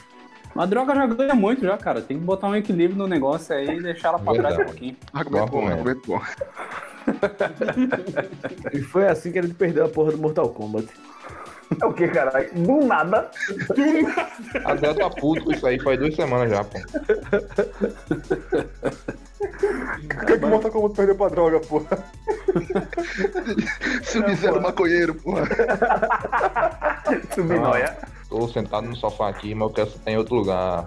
[SPEAKER 11] Mas a droga já ganha muito já, cara. Tem que botar um equilíbrio no negócio aí e deixar ela pra trás um
[SPEAKER 2] Verdade.
[SPEAKER 11] pouquinho.
[SPEAKER 3] Argumento bom,
[SPEAKER 2] Bom, né?
[SPEAKER 3] argumento bom.
[SPEAKER 5] E foi assim que ele perdeu a porra do Mortal Kombat.
[SPEAKER 1] É o que, caralho? Do nada.
[SPEAKER 2] Adriel tá puto com isso aí faz duas semanas já, pô.
[SPEAKER 4] Por que que o Mortal Kombat perdeu pra droga, pô?
[SPEAKER 3] Se eu quiser maconheiro, porra.
[SPEAKER 1] Subinóia.
[SPEAKER 2] Tô sentado no sofá aqui, mas eu quero sentar em outro lugar.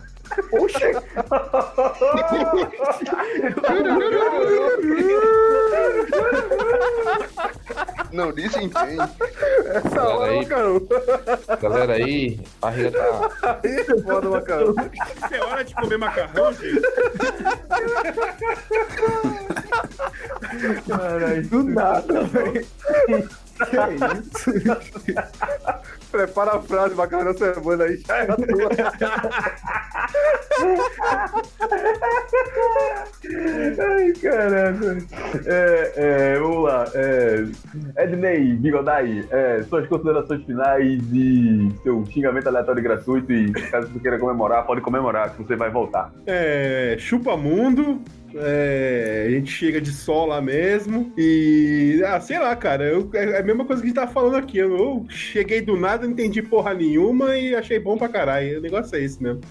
[SPEAKER 3] Não disse em quem.
[SPEAKER 1] Tá
[SPEAKER 2] Galera aí, galera aí, a barriga tá.
[SPEAKER 4] Foda, Macarrão.
[SPEAKER 6] Isso é hora de comer macarrão, gente.
[SPEAKER 5] Do nada, velho.
[SPEAKER 4] Prepara a frase, Macarrão, da semana
[SPEAKER 1] né?
[SPEAKER 4] aí. Já é a tua.
[SPEAKER 1] Ai, caralho. É, é, vamos lá. É, Ednei, Bigodai, é, suas considerações finais e seu xingamento aleatório e gratuito. E caso você queira comemorar, pode comemorar, que você vai voltar.
[SPEAKER 6] É, chupa mundo. é, a gente chega de sol lá mesmo. E. Ah, sei lá, cara. eu- é a mesma coisa que a gente tava falando aqui. Eu, eu cheguei do nada, não entendi porra nenhuma e achei bom pra caralho. O negócio é esse mesmo.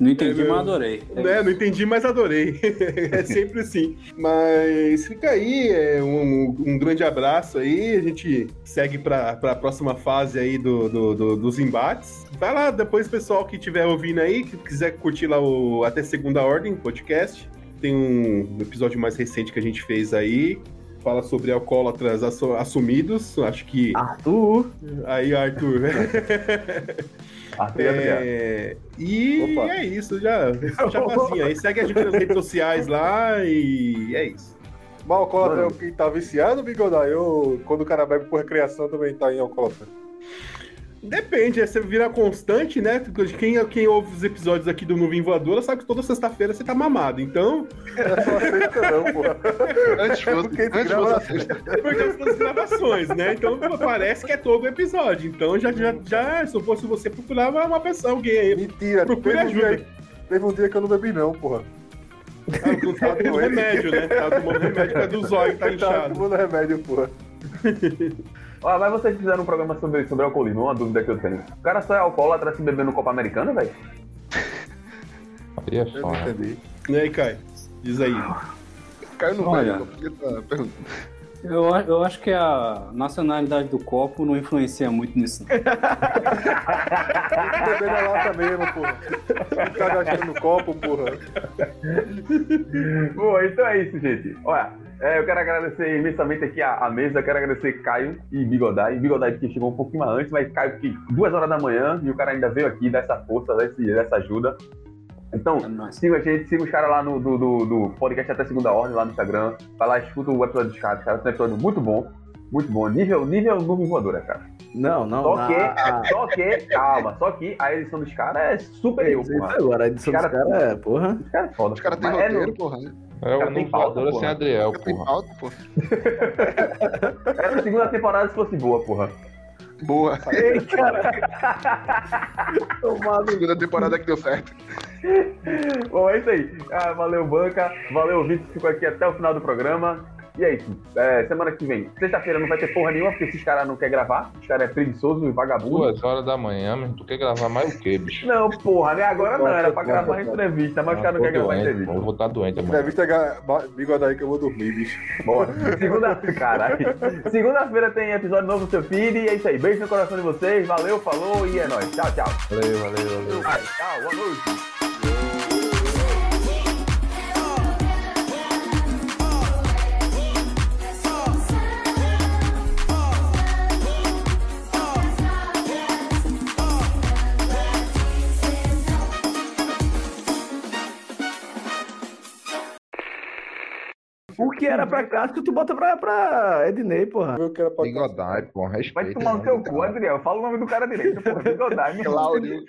[SPEAKER 11] Não entendi,
[SPEAKER 6] É,
[SPEAKER 11] mas
[SPEAKER 6] meu.
[SPEAKER 11] adorei. É
[SPEAKER 6] Né? Não entendi, mas adorei. é sempre assim. Mas fica aí, é, um, um grande abraço aí. A gente segue pra, pra próxima fase aí do, do- do- dos embates. Vai lá, depois, pessoal que estiver ouvindo aí, que quiser curtir lá o Até Segunda Ordem podcast, tem um episódio mais recente que a gente fez aí. Fala sobre alcoólatras assu- assumidos. Acho que.
[SPEAKER 5] Arthur.
[SPEAKER 6] Aí, Arthur.
[SPEAKER 1] Até Adriel.
[SPEAKER 6] É, e
[SPEAKER 1] Opa.
[SPEAKER 6] é isso, já, jabazinho aí. Segue a gente nas redes sociais lá e é isso.
[SPEAKER 4] Mas alcoólatra é
[SPEAKER 1] Mano.
[SPEAKER 4] o que tá viciado, Bigodai? Ou quando o cara bebe por recreação também tá em alcoólatra?
[SPEAKER 6] Depende, é, você vira constante, né? Quem, quem ouve os episódios aqui do Nuvem Voadora sabe que toda sexta-feira você tá mamado. Então,
[SPEAKER 4] É só aceita não, pô.
[SPEAKER 3] Antes fosse,
[SPEAKER 4] Porque
[SPEAKER 3] antes
[SPEAKER 4] grava-
[SPEAKER 3] fosse assim. a sexta.
[SPEAKER 6] por causa das gravações, né? Então pô, parece que é todo episódio. Então já, já, já se eu fosse você procurar uma uma pessoa, alguém aí.
[SPEAKER 4] Mentira,
[SPEAKER 6] Procure
[SPEAKER 4] teve um, dia, teve um dia que eu não bebi não, porra.
[SPEAKER 6] Tá, tá tomando um
[SPEAKER 4] Então,
[SPEAKER 6] remédio, né? Tá tomando remédio por causa do zóio que tá
[SPEAKER 4] Tava
[SPEAKER 6] inchado.
[SPEAKER 4] tomando remédio, porra.
[SPEAKER 1] Ah, mas vocês fizeram um programa sobre, sobre alcoolismo, uma dúvida que eu tenho. O cara só é alcoólatra se beber no Copa Americana, velho?
[SPEAKER 2] Aí é foda.
[SPEAKER 10] Entendi. E aí, Caio? Diz aí.
[SPEAKER 3] Caiu no
[SPEAKER 11] Olha.
[SPEAKER 3] velho. porque tá perguntando.
[SPEAKER 11] Eu, a- eu acho que a nacionalidade do copo não influencia muito nisso. não.
[SPEAKER 4] Beber na lata mesmo, porra. Ficar gastando no copo, porra.
[SPEAKER 1] Bom, então é isso, gente. Olha, é, eu quero agradecer imensamente aqui a, a mesa, eu quero agradecer Caio e Bigodai. Bigodai que chegou um pouquinho antes, mas Caio que duas horas da manhã e o cara ainda veio aqui dessa força, desse, dessa ajuda. Então,
[SPEAKER 11] É nóis.
[SPEAKER 1] siga a gente, siga os caras lá no do, do, do podcast Até Segunda Ordem, lá no Instagram. Vai lá, escuta o episódio dos caras, cara. Tem um episódio muito bom. Muito bom. Nível, nível nuvem voadora, cara.
[SPEAKER 5] Não, não. Ah,
[SPEAKER 1] Só
[SPEAKER 5] na-
[SPEAKER 1] que, só que, calma, só que a edição dos caras é superior,
[SPEAKER 5] Isso
[SPEAKER 1] porra.
[SPEAKER 5] agora, a edição
[SPEAKER 1] Cara-
[SPEAKER 5] dos caras é, porra.
[SPEAKER 1] Os caras é foda.
[SPEAKER 3] Os caras têm
[SPEAKER 1] Mas é no-
[SPEAKER 3] roteiro, porra. Os
[SPEAKER 1] Cara,
[SPEAKER 2] É o
[SPEAKER 1] tem
[SPEAKER 2] Nuno
[SPEAKER 1] pauta,
[SPEAKER 2] Voadora sem
[SPEAKER 1] porra.
[SPEAKER 2] Adriel,
[SPEAKER 3] caras têm
[SPEAKER 2] porra.
[SPEAKER 3] pauta, porra.
[SPEAKER 1] Era a é segunda temporada se fosse boa, porra.
[SPEAKER 3] Boa.
[SPEAKER 5] Tomado.
[SPEAKER 3] Segunda temporada que deu certo.
[SPEAKER 1] Bom, é isso aí. Ah, valeu, Banca. Valeu, Vitor, que ficou aqui até o final do programa. E é isso. É, semana que vem. Sexta-feira não vai ter porra nenhuma, porque esses caras não querem gravar. Os caras é preguiçoso e vagabundo.
[SPEAKER 2] Duas horas da manhã, meu. Tu quer gravar mais o quê, bicho?
[SPEAKER 1] Não, porra, né? Agora não. Era pra
[SPEAKER 4] Eu
[SPEAKER 1] gravar
[SPEAKER 4] tô-
[SPEAKER 1] a entrevista, mas os
[SPEAKER 2] Ah,
[SPEAKER 1] caras não
[SPEAKER 2] tô
[SPEAKER 1] querem gravar a
[SPEAKER 2] doente,
[SPEAKER 1] entrevista.
[SPEAKER 2] pô. Eu vou estar doente amanhã.
[SPEAKER 4] Entrevista ga- ba- bigode aí que eu vou dormir, bicho.
[SPEAKER 1] Bora. Segunda... Caralho. Segunda-feira tem episódio novo do seu feed. E é isso aí. Beijo no coração de vocês. Valeu, falou e é nóis. Tchau, tchau.
[SPEAKER 2] Valeu, valeu, valeu.
[SPEAKER 1] Ai, tchau, boa noite.
[SPEAKER 5] O que era pra Cássio, tu bota pra, pra Ednei, porra.
[SPEAKER 4] Eu quero pra
[SPEAKER 2] Bigodai, porra.
[SPEAKER 1] Vai
[SPEAKER 2] Respeita.
[SPEAKER 1] tomar no
[SPEAKER 2] né,
[SPEAKER 1] teu
[SPEAKER 2] cara.
[SPEAKER 1] cu, é Adriel. Fala o nome do cara direito, porra. Bigodai,
[SPEAKER 3] é
[SPEAKER 1] meu
[SPEAKER 3] Cláudio.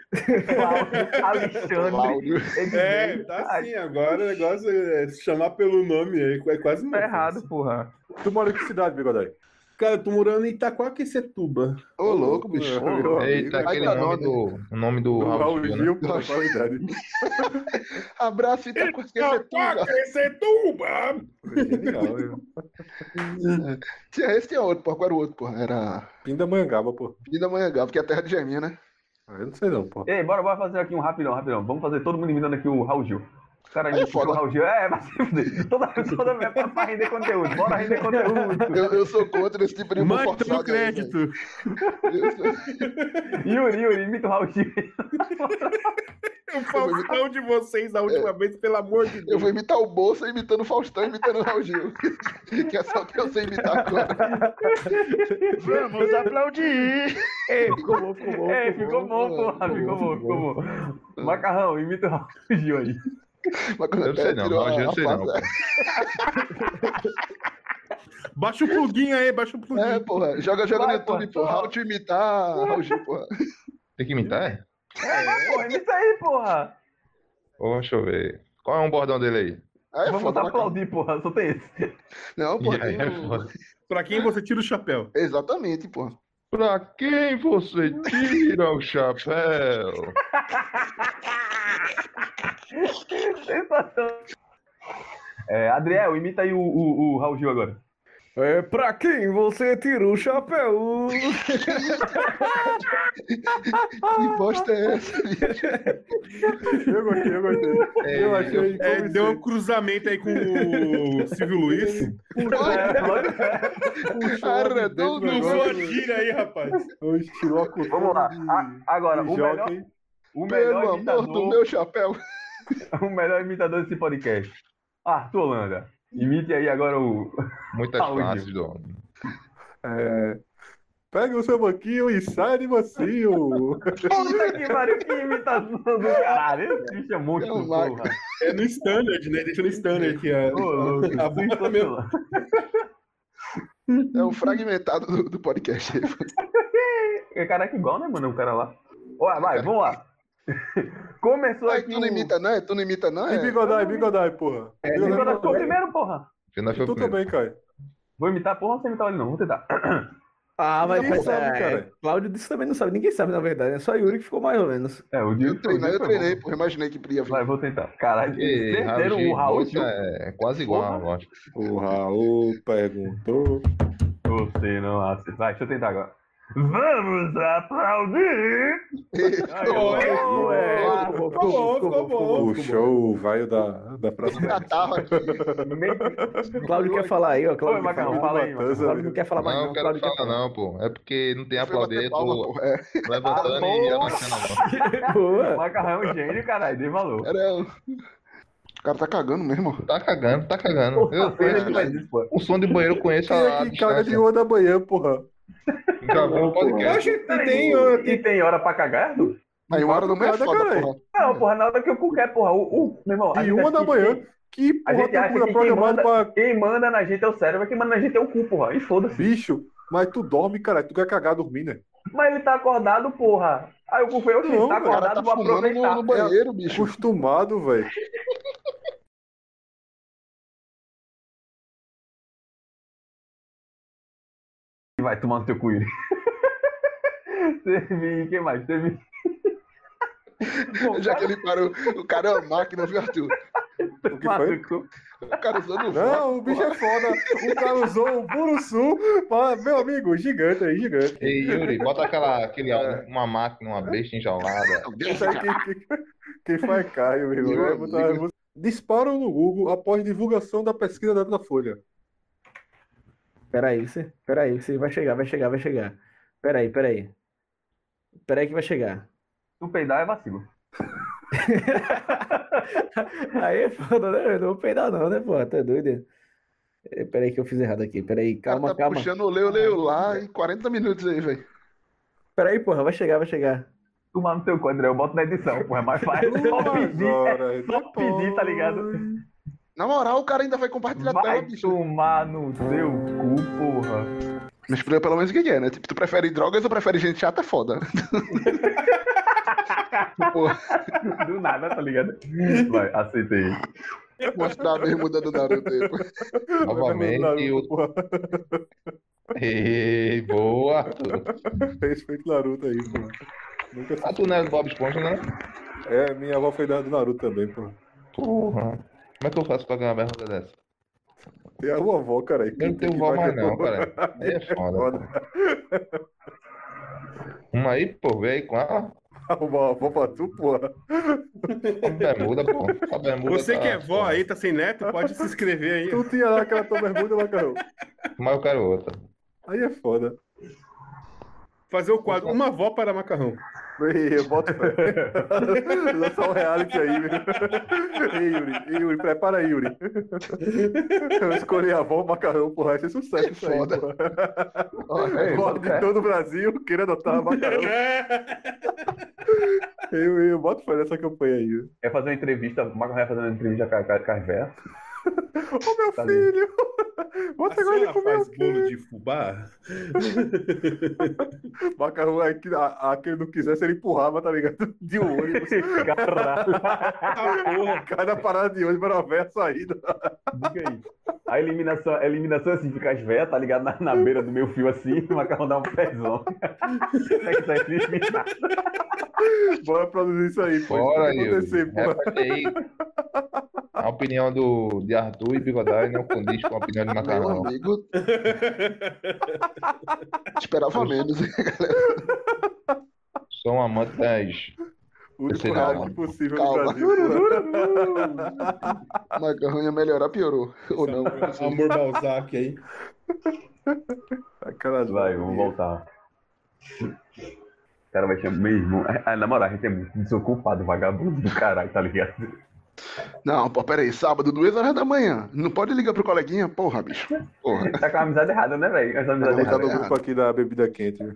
[SPEAKER 1] Cláudio, né? Alexandre.
[SPEAKER 3] Cláudio.
[SPEAKER 10] É,
[SPEAKER 1] Ednei.
[SPEAKER 10] tá
[SPEAKER 1] Ai,
[SPEAKER 10] assim. Agora o negócio é se chamar pelo nome aí. É quase
[SPEAKER 1] Tá
[SPEAKER 10] uma
[SPEAKER 1] errado, porra.
[SPEAKER 4] Tu mora em que cidade, Bigodai?
[SPEAKER 10] ofensa. Cara, eu tô morando em Itaquaquecetuba.
[SPEAKER 3] Ô, louco, bicho.
[SPEAKER 4] Ô,
[SPEAKER 2] Eita,
[SPEAKER 3] Vai
[SPEAKER 2] aquele
[SPEAKER 3] dar
[SPEAKER 2] nome
[SPEAKER 3] nome.
[SPEAKER 2] do. O nome do. Raul
[SPEAKER 4] Raul
[SPEAKER 2] Gil, né?
[SPEAKER 4] Gil, porra, qualidade.
[SPEAKER 3] Abraço e tá com a
[SPEAKER 2] Então,
[SPEAKER 10] Itaquaquecetuba!
[SPEAKER 4] Legal, eu-
[SPEAKER 3] Tinha esse tinha outro, porra. Qual era o outro, porra? Era
[SPEAKER 4] Pindamonhangaba, porra.
[SPEAKER 3] Vida Manhangá, porque é a terra de Geminha, né?
[SPEAKER 4] Ah, Eu não sei não, porra.
[SPEAKER 1] Ei, bora, bora fazer aqui um rapidão, rapidão. Vamos fazer todo mundo imitando aqui o Raul Gil. O cara
[SPEAKER 3] Aí
[SPEAKER 1] ainda
[SPEAKER 3] é foda.
[SPEAKER 1] o Raul Gil. É, mas se fuder. toda toda é pra, pra render conteúdo. Bora render conteúdo.
[SPEAKER 3] Eu, eu sou contra esse tipo de humor
[SPEAKER 10] Mas toma
[SPEAKER 4] né,
[SPEAKER 3] forçado aí,
[SPEAKER 10] crédito.
[SPEAKER 3] velho. Eu sou-
[SPEAKER 1] Yuri, Yuri, imita o Raul Gil.
[SPEAKER 10] O Faustão de vocês da
[SPEAKER 4] É.
[SPEAKER 10] última vez, pelo amor de
[SPEAKER 3] Eu
[SPEAKER 10] Deus.
[SPEAKER 3] vou imitar o Bolsa imitando o Faustão, imitando o Raul Gil. que é só o que eu sei imitar agora.
[SPEAKER 1] Vamos aplaudir. Ei, ficou bom, ficou bom. Ei, ficou bom, porra. Ficou bom, ficou bom. Macarrão, imita o Raul Gil aí.
[SPEAKER 3] Mas quando
[SPEAKER 2] Eu não
[SPEAKER 3] a
[SPEAKER 2] sei
[SPEAKER 3] terra
[SPEAKER 2] não,
[SPEAKER 3] tirou
[SPEAKER 2] Raul Gil
[SPEAKER 3] a-
[SPEAKER 2] eu
[SPEAKER 3] a
[SPEAKER 2] sei não.
[SPEAKER 3] face-
[SPEAKER 10] Baixa o plugin aí, baixa o plugin.
[SPEAKER 3] É, porra. Joga, joga
[SPEAKER 1] Vai,
[SPEAKER 3] no YouTube,
[SPEAKER 1] porra.
[SPEAKER 3] porra. How to imitar Raul Gil, porra.
[SPEAKER 2] Tem que imitar, é?
[SPEAKER 1] É, mas, porra, imita aí, porra.
[SPEAKER 2] Ô, deixa eu ver. Qual é um bordão dele aí?
[SPEAKER 3] Aí é
[SPEAKER 1] Vamos
[SPEAKER 3] foda,
[SPEAKER 1] botar
[SPEAKER 3] mas-
[SPEAKER 1] aplaudir, porra. Só tem esse.
[SPEAKER 3] Não, porra.
[SPEAKER 2] E aí,
[SPEAKER 3] tem
[SPEAKER 2] é
[SPEAKER 3] o-
[SPEAKER 2] foda.
[SPEAKER 10] Pra quem você tira o chapéu?
[SPEAKER 3] Exatamente, porra.
[SPEAKER 2] Pra quem você tira o chapéu?
[SPEAKER 1] Sensacional. É, Adriel, imita aí o, o, o Raul Gil agora.
[SPEAKER 5] É pra quem você tira o chapéu?
[SPEAKER 1] Ah,
[SPEAKER 3] Que bosta é essa?
[SPEAKER 4] Eu gostei, eu gostei. Eu achei.
[SPEAKER 10] É, deu um cruzamento aí com o Silvio Luiz.
[SPEAKER 1] é,
[SPEAKER 3] Arredondo
[SPEAKER 10] Não
[SPEAKER 3] o
[SPEAKER 10] foi a gíria aí, rapaz.
[SPEAKER 4] Um estiloco.
[SPEAKER 1] Vamos lá. A- agora, o melhor, o
[SPEAKER 3] Pelo
[SPEAKER 1] melhor
[SPEAKER 3] amor do
[SPEAKER 1] imitador,
[SPEAKER 3] meu chapéu.
[SPEAKER 1] o melhor imitador desse podcast. Arthur Holanda. Imite aí agora o.
[SPEAKER 2] Muitas
[SPEAKER 1] Raul Gil.
[SPEAKER 2] faces do homem.
[SPEAKER 4] É... Pega o seu banquinho e sai de macio.
[SPEAKER 1] Puta que pariu, que imitação do caralho. Esse bicho é
[SPEAKER 3] É
[SPEAKER 1] monstro,
[SPEAKER 3] o Marco.
[SPEAKER 1] porra.
[SPEAKER 10] É no standard, né? Deixa no standard aqui. ó.
[SPEAKER 1] Ô, louco,
[SPEAKER 10] A boca mesmo.
[SPEAKER 1] sensacional.
[SPEAKER 3] É o fragmentado do, do podcast.
[SPEAKER 1] É Caraca, igual, né, mano? O cara lá. Olha, vai, vamos lá. Começou
[SPEAKER 3] Aí
[SPEAKER 1] aqui.
[SPEAKER 3] tu não
[SPEAKER 1] o-
[SPEAKER 3] imita, não? é? Tu não imita, não?
[SPEAKER 4] E
[SPEAKER 3] É?
[SPEAKER 4] bigodai, bigodai, porra.
[SPEAKER 1] Ele
[SPEAKER 4] Bigodai,
[SPEAKER 1] ficou primeiro, porra.
[SPEAKER 2] Porque nós foi o
[SPEAKER 4] tu
[SPEAKER 2] primeiro.
[SPEAKER 4] também, cara.
[SPEAKER 1] Vou imitar, porra, ou você imitar ele não? Vou tentar.
[SPEAKER 5] Ah, mas
[SPEAKER 4] Ninguém
[SPEAKER 5] mas,
[SPEAKER 4] sabe,
[SPEAKER 5] é,
[SPEAKER 4] cara.
[SPEAKER 5] Cláudio disso também não sabe. Ninguém sabe, na verdade. É só Yuri que ficou mais ou menos.
[SPEAKER 1] É, o Gil.
[SPEAKER 3] Eu treinei,
[SPEAKER 1] o Gil
[SPEAKER 3] eu
[SPEAKER 1] foi
[SPEAKER 3] treinei,
[SPEAKER 1] bom.
[SPEAKER 3] porra. Imaginei que podia vir.
[SPEAKER 1] Vai, vou tentar. Caralho,
[SPEAKER 2] E
[SPEAKER 1] perderam o Raul então. Gil.
[SPEAKER 2] É quase igual,
[SPEAKER 1] Porra.
[SPEAKER 2] eu acho.
[SPEAKER 4] O Raul perguntou.
[SPEAKER 1] Ô, você não aceita. Vai, deixa eu tentar agora. Vamos aplaudir! Ai, eu-
[SPEAKER 4] Ué,
[SPEAKER 5] Ficou
[SPEAKER 10] Ficou bom, ficou bom.
[SPEAKER 4] O show vai da, da próxima.
[SPEAKER 3] Natal aqui.
[SPEAKER 5] Cláudio quer falar aí, ó.
[SPEAKER 1] Oi,
[SPEAKER 5] Cláudio, quer
[SPEAKER 1] Macarrão,
[SPEAKER 5] falar.
[SPEAKER 1] fala aí, Macarrão.
[SPEAKER 5] Cláudio não quer falar mais,
[SPEAKER 2] Não,
[SPEAKER 5] não.
[SPEAKER 2] não quero
[SPEAKER 5] Cláudio quer
[SPEAKER 2] falar
[SPEAKER 5] falar.
[SPEAKER 2] não, pô. É porque não tem
[SPEAKER 3] Foi bater
[SPEAKER 2] aplaudido,
[SPEAKER 3] palma, pô. É,
[SPEAKER 2] levantando e
[SPEAKER 1] Ah,
[SPEAKER 2] abaixando a mão.
[SPEAKER 5] Boa.
[SPEAKER 1] Macarrão é um gênio, caralho, dei valor.
[SPEAKER 3] era- um- O cara tá cagando mesmo. ó.
[SPEAKER 2] Tá cagando, tá cagando. Eu
[SPEAKER 1] Ele
[SPEAKER 2] conheço,
[SPEAKER 1] faz isso, pô.
[SPEAKER 2] o som de banheiro eu conheço
[SPEAKER 4] Quem
[SPEAKER 2] a, a
[SPEAKER 4] é que caga de
[SPEAKER 2] distância.
[SPEAKER 4] uma da manhã, porra?
[SPEAKER 2] Gravando um
[SPEAKER 10] Eu
[SPEAKER 2] podcast.
[SPEAKER 10] acho que tem, ó,
[SPEAKER 1] E tem hora pra cagar, Arthur?
[SPEAKER 3] Aí uma hora do meio é
[SPEAKER 4] Cada
[SPEAKER 3] foda,
[SPEAKER 4] caralho.
[SPEAKER 3] porra.
[SPEAKER 1] Não, porra, na hora que eu qualquer, porra, o, o- meu irmão. a
[SPEAKER 4] De
[SPEAKER 1] gente
[SPEAKER 4] uma
[SPEAKER 1] acha
[SPEAKER 4] da
[SPEAKER 1] que
[SPEAKER 4] manhã. Que
[SPEAKER 1] A
[SPEAKER 4] porra
[SPEAKER 1] gente
[SPEAKER 4] tu
[SPEAKER 1] acha que
[SPEAKER 4] cura
[SPEAKER 1] quem
[SPEAKER 4] programado pra
[SPEAKER 1] Quem manda na gente é o cérebro, quem manda na gente é o cu, porra. E foda-se.
[SPEAKER 4] bicho? Mas tu dorme, caralho. Tu quer cagar dormindo, né?
[SPEAKER 1] Mas ele tá acordado, porra. Aí o cu foi, eu tá
[SPEAKER 4] Não, cara,
[SPEAKER 3] O cara
[SPEAKER 1] acordado,
[SPEAKER 3] tá
[SPEAKER 1] vou
[SPEAKER 3] fumando
[SPEAKER 1] aproveitar.
[SPEAKER 3] no, no banheiro, bicho.
[SPEAKER 4] Acostumado, velho.
[SPEAKER 1] Vai tomar no teu cu, Yuri. Teve, quem mais? Teve. Bom,
[SPEAKER 3] Já que ele parou. O cara é uma máquina, viu, Arthur?
[SPEAKER 4] O que foi?
[SPEAKER 1] maluco.
[SPEAKER 3] O cara usando o voto.
[SPEAKER 4] Não, o bicho é foda. O cara usou o Buruçu. pra- Meu amigo, gigante aí, gigante.
[SPEAKER 2] Ei, Yuri, bota aquela, aquele, uma máquina, uma besta enjaulada.
[SPEAKER 4] Isso aí quem, quem- quem faz Caio, meu irmão.
[SPEAKER 3] Meu
[SPEAKER 4] Eu vou botar-
[SPEAKER 3] amigo.
[SPEAKER 4] Disparam no Google após divulgação da pesquisa da Folha.
[SPEAKER 5] Peraí, você, peraí, você vai chegar, vai chegar, vai chegar. Peraí, peraí. Peraí que vai chegar.
[SPEAKER 1] Tu peidar é vacilo.
[SPEAKER 5] Aí é foda, né? Eu não vou peidar não, né, pô? Tá doido? É, Peraí que eu fiz errado aqui. Peraí,
[SPEAKER 3] O cara
[SPEAKER 5] calma,
[SPEAKER 3] tá
[SPEAKER 5] calma.
[SPEAKER 3] puxando o leu, leu lá em 40 minutos aí, velho.
[SPEAKER 5] Peraí, porra, vai chegar, vai chegar.
[SPEAKER 1] Tomar no teu cu, André. Eu boto na edição, porra. É mais fácil. Só pedir. é Só pedir, tá ligado?
[SPEAKER 3] Na moral, o cara ainda vai compartilhar a tela,
[SPEAKER 1] Vai
[SPEAKER 3] tá bicho.
[SPEAKER 1] tomar no teu cu, porra.
[SPEAKER 3] Me explica pelo menos o que que é, né? Tipo, tu prefere drogas ou prefere gente chata? É foda. Porra,
[SPEAKER 1] Do nada, tá ligado? Vai, aceitei.
[SPEAKER 3] mostrar a bermuda do Naruto aí. pô.
[SPEAKER 2] Novamente, o... Ei, boa, Arthur.
[SPEAKER 4] Respeito Naruto aí, pô. Nunca
[SPEAKER 2] Ah, tu não é do Bob Esponja, né?
[SPEAKER 4] É, minha avó foi da do Naruto também, pô.
[SPEAKER 2] Porra. Como é que eu faço pra ganhar uma bermuda dessa?
[SPEAKER 4] E a tua avó, cara.
[SPEAKER 2] Eu não tenho vó mais não, cara. Aí é foda.
[SPEAKER 4] Foda.
[SPEAKER 2] Uma aí, pô, vem aí com ela.
[SPEAKER 4] Uma avó pra tu, pô.
[SPEAKER 2] Com bermuda, pô. Com bermuda
[SPEAKER 10] Você
[SPEAKER 2] tá-
[SPEAKER 10] que é vó aí, tá sem neto, pode se inscrever aí.
[SPEAKER 4] Tu tinha lá aquela tua bermuda, macarrão.
[SPEAKER 2] Mas eu quero outra.
[SPEAKER 4] Aí é foda.
[SPEAKER 10] Fazer o quadro Uma Vó para Macarrão.
[SPEAKER 4] Ei, eu boto fé. Lança um reality aí, meu. Ei, Yuri. Ei, Yuri, prepara aí, Yuri. Eu escolhi a avó, o macarrão, porra. Vai ser sucesso isso aí,
[SPEAKER 3] Foda.
[SPEAKER 4] porra.
[SPEAKER 3] Ó,
[SPEAKER 4] É,
[SPEAKER 3] foda.
[SPEAKER 4] de todo o Brasil, queira adotar macarrão.
[SPEAKER 10] É. Tá
[SPEAKER 4] Eu, eu boto fé nessa campanha aí.
[SPEAKER 1] É fazer uma entrevista. O Macarrão vai fazer uma entrevista com a com a Carvela.
[SPEAKER 4] Ô, meu
[SPEAKER 1] Tá lindo.
[SPEAKER 4] filho!
[SPEAKER 10] A
[SPEAKER 6] Assim
[SPEAKER 4] Você gosta de
[SPEAKER 10] senhora
[SPEAKER 4] comer
[SPEAKER 10] faz
[SPEAKER 4] o
[SPEAKER 10] bolo
[SPEAKER 4] quê?
[SPEAKER 10] de fubá?
[SPEAKER 4] Macarrão, aí que- a- aquele não quisesse, ele empurrava, tá ligado? De um ônibus.
[SPEAKER 1] Caralho.
[SPEAKER 10] Ah, porra.
[SPEAKER 4] Cada parada de ônibus era uma véia saída.
[SPEAKER 1] Diga aí. A eliminação, a eliminação é assim, fica as velhas, tá ligado? Na, na beira do meu fio assim, o macarrão dá um pezão. É que tá eliminado.
[SPEAKER 4] Bora produzir isso aí, pô.
[SPEAKER 2] Fora,
[SPEAKER 4] isso tem que acontecer,
[SPEAKER 2] Yuri. É
[SPEAKER 4] pô.
[SPEAKER 2] Repete aí. A opinião do, de Arthur e Bigodari não condiz com a opinião
[SPEAKER 5] Ah,
[SPEAKER 2] de
[SPEAKER 5] tá,
[SPEAKER 3] Meu
[SPEAKER 2] Macarrão.
[SPEAKER 3] amigo. Esperava menos.
[SPEAKER 2] Sou um amante das.
[SPEAKER 4] O único
[SPEAKER 2] Sei não,
[SPEAKER 4] reality
[SPEAKER 2] mano.
[SPEAKER 4] possível
[SPEAKER 3] Calma.
[SPEAKER 4] no Brasil. pô.
[SPEAKER 3] Macarrão ia melhorar, piorou. Ou não.
[SPEAKER 10] Amor Balzac aí.
[SPEAKER 4] Sacanagem.
[SPEAKER 1] Vai, vamos voltar. O cara vai chamar mesmo. Ah, na moral, a gente é muito desocupado, vagabundo do caralho, tá ligado?
[SPEAKER 3] Não, pô, peraí. Sábado, duas horas da manhã. Não pode ligar pro coleguinha? Porra, bicho. Porra.
[SPEAKER 1] Tá com a amizade errada, né, velho? Essa amizade
[SPEAKER 4] Vamos botar
[SPEAKER 1] errada.
[SPEAKER 4] no grupo aqui da bebida quente.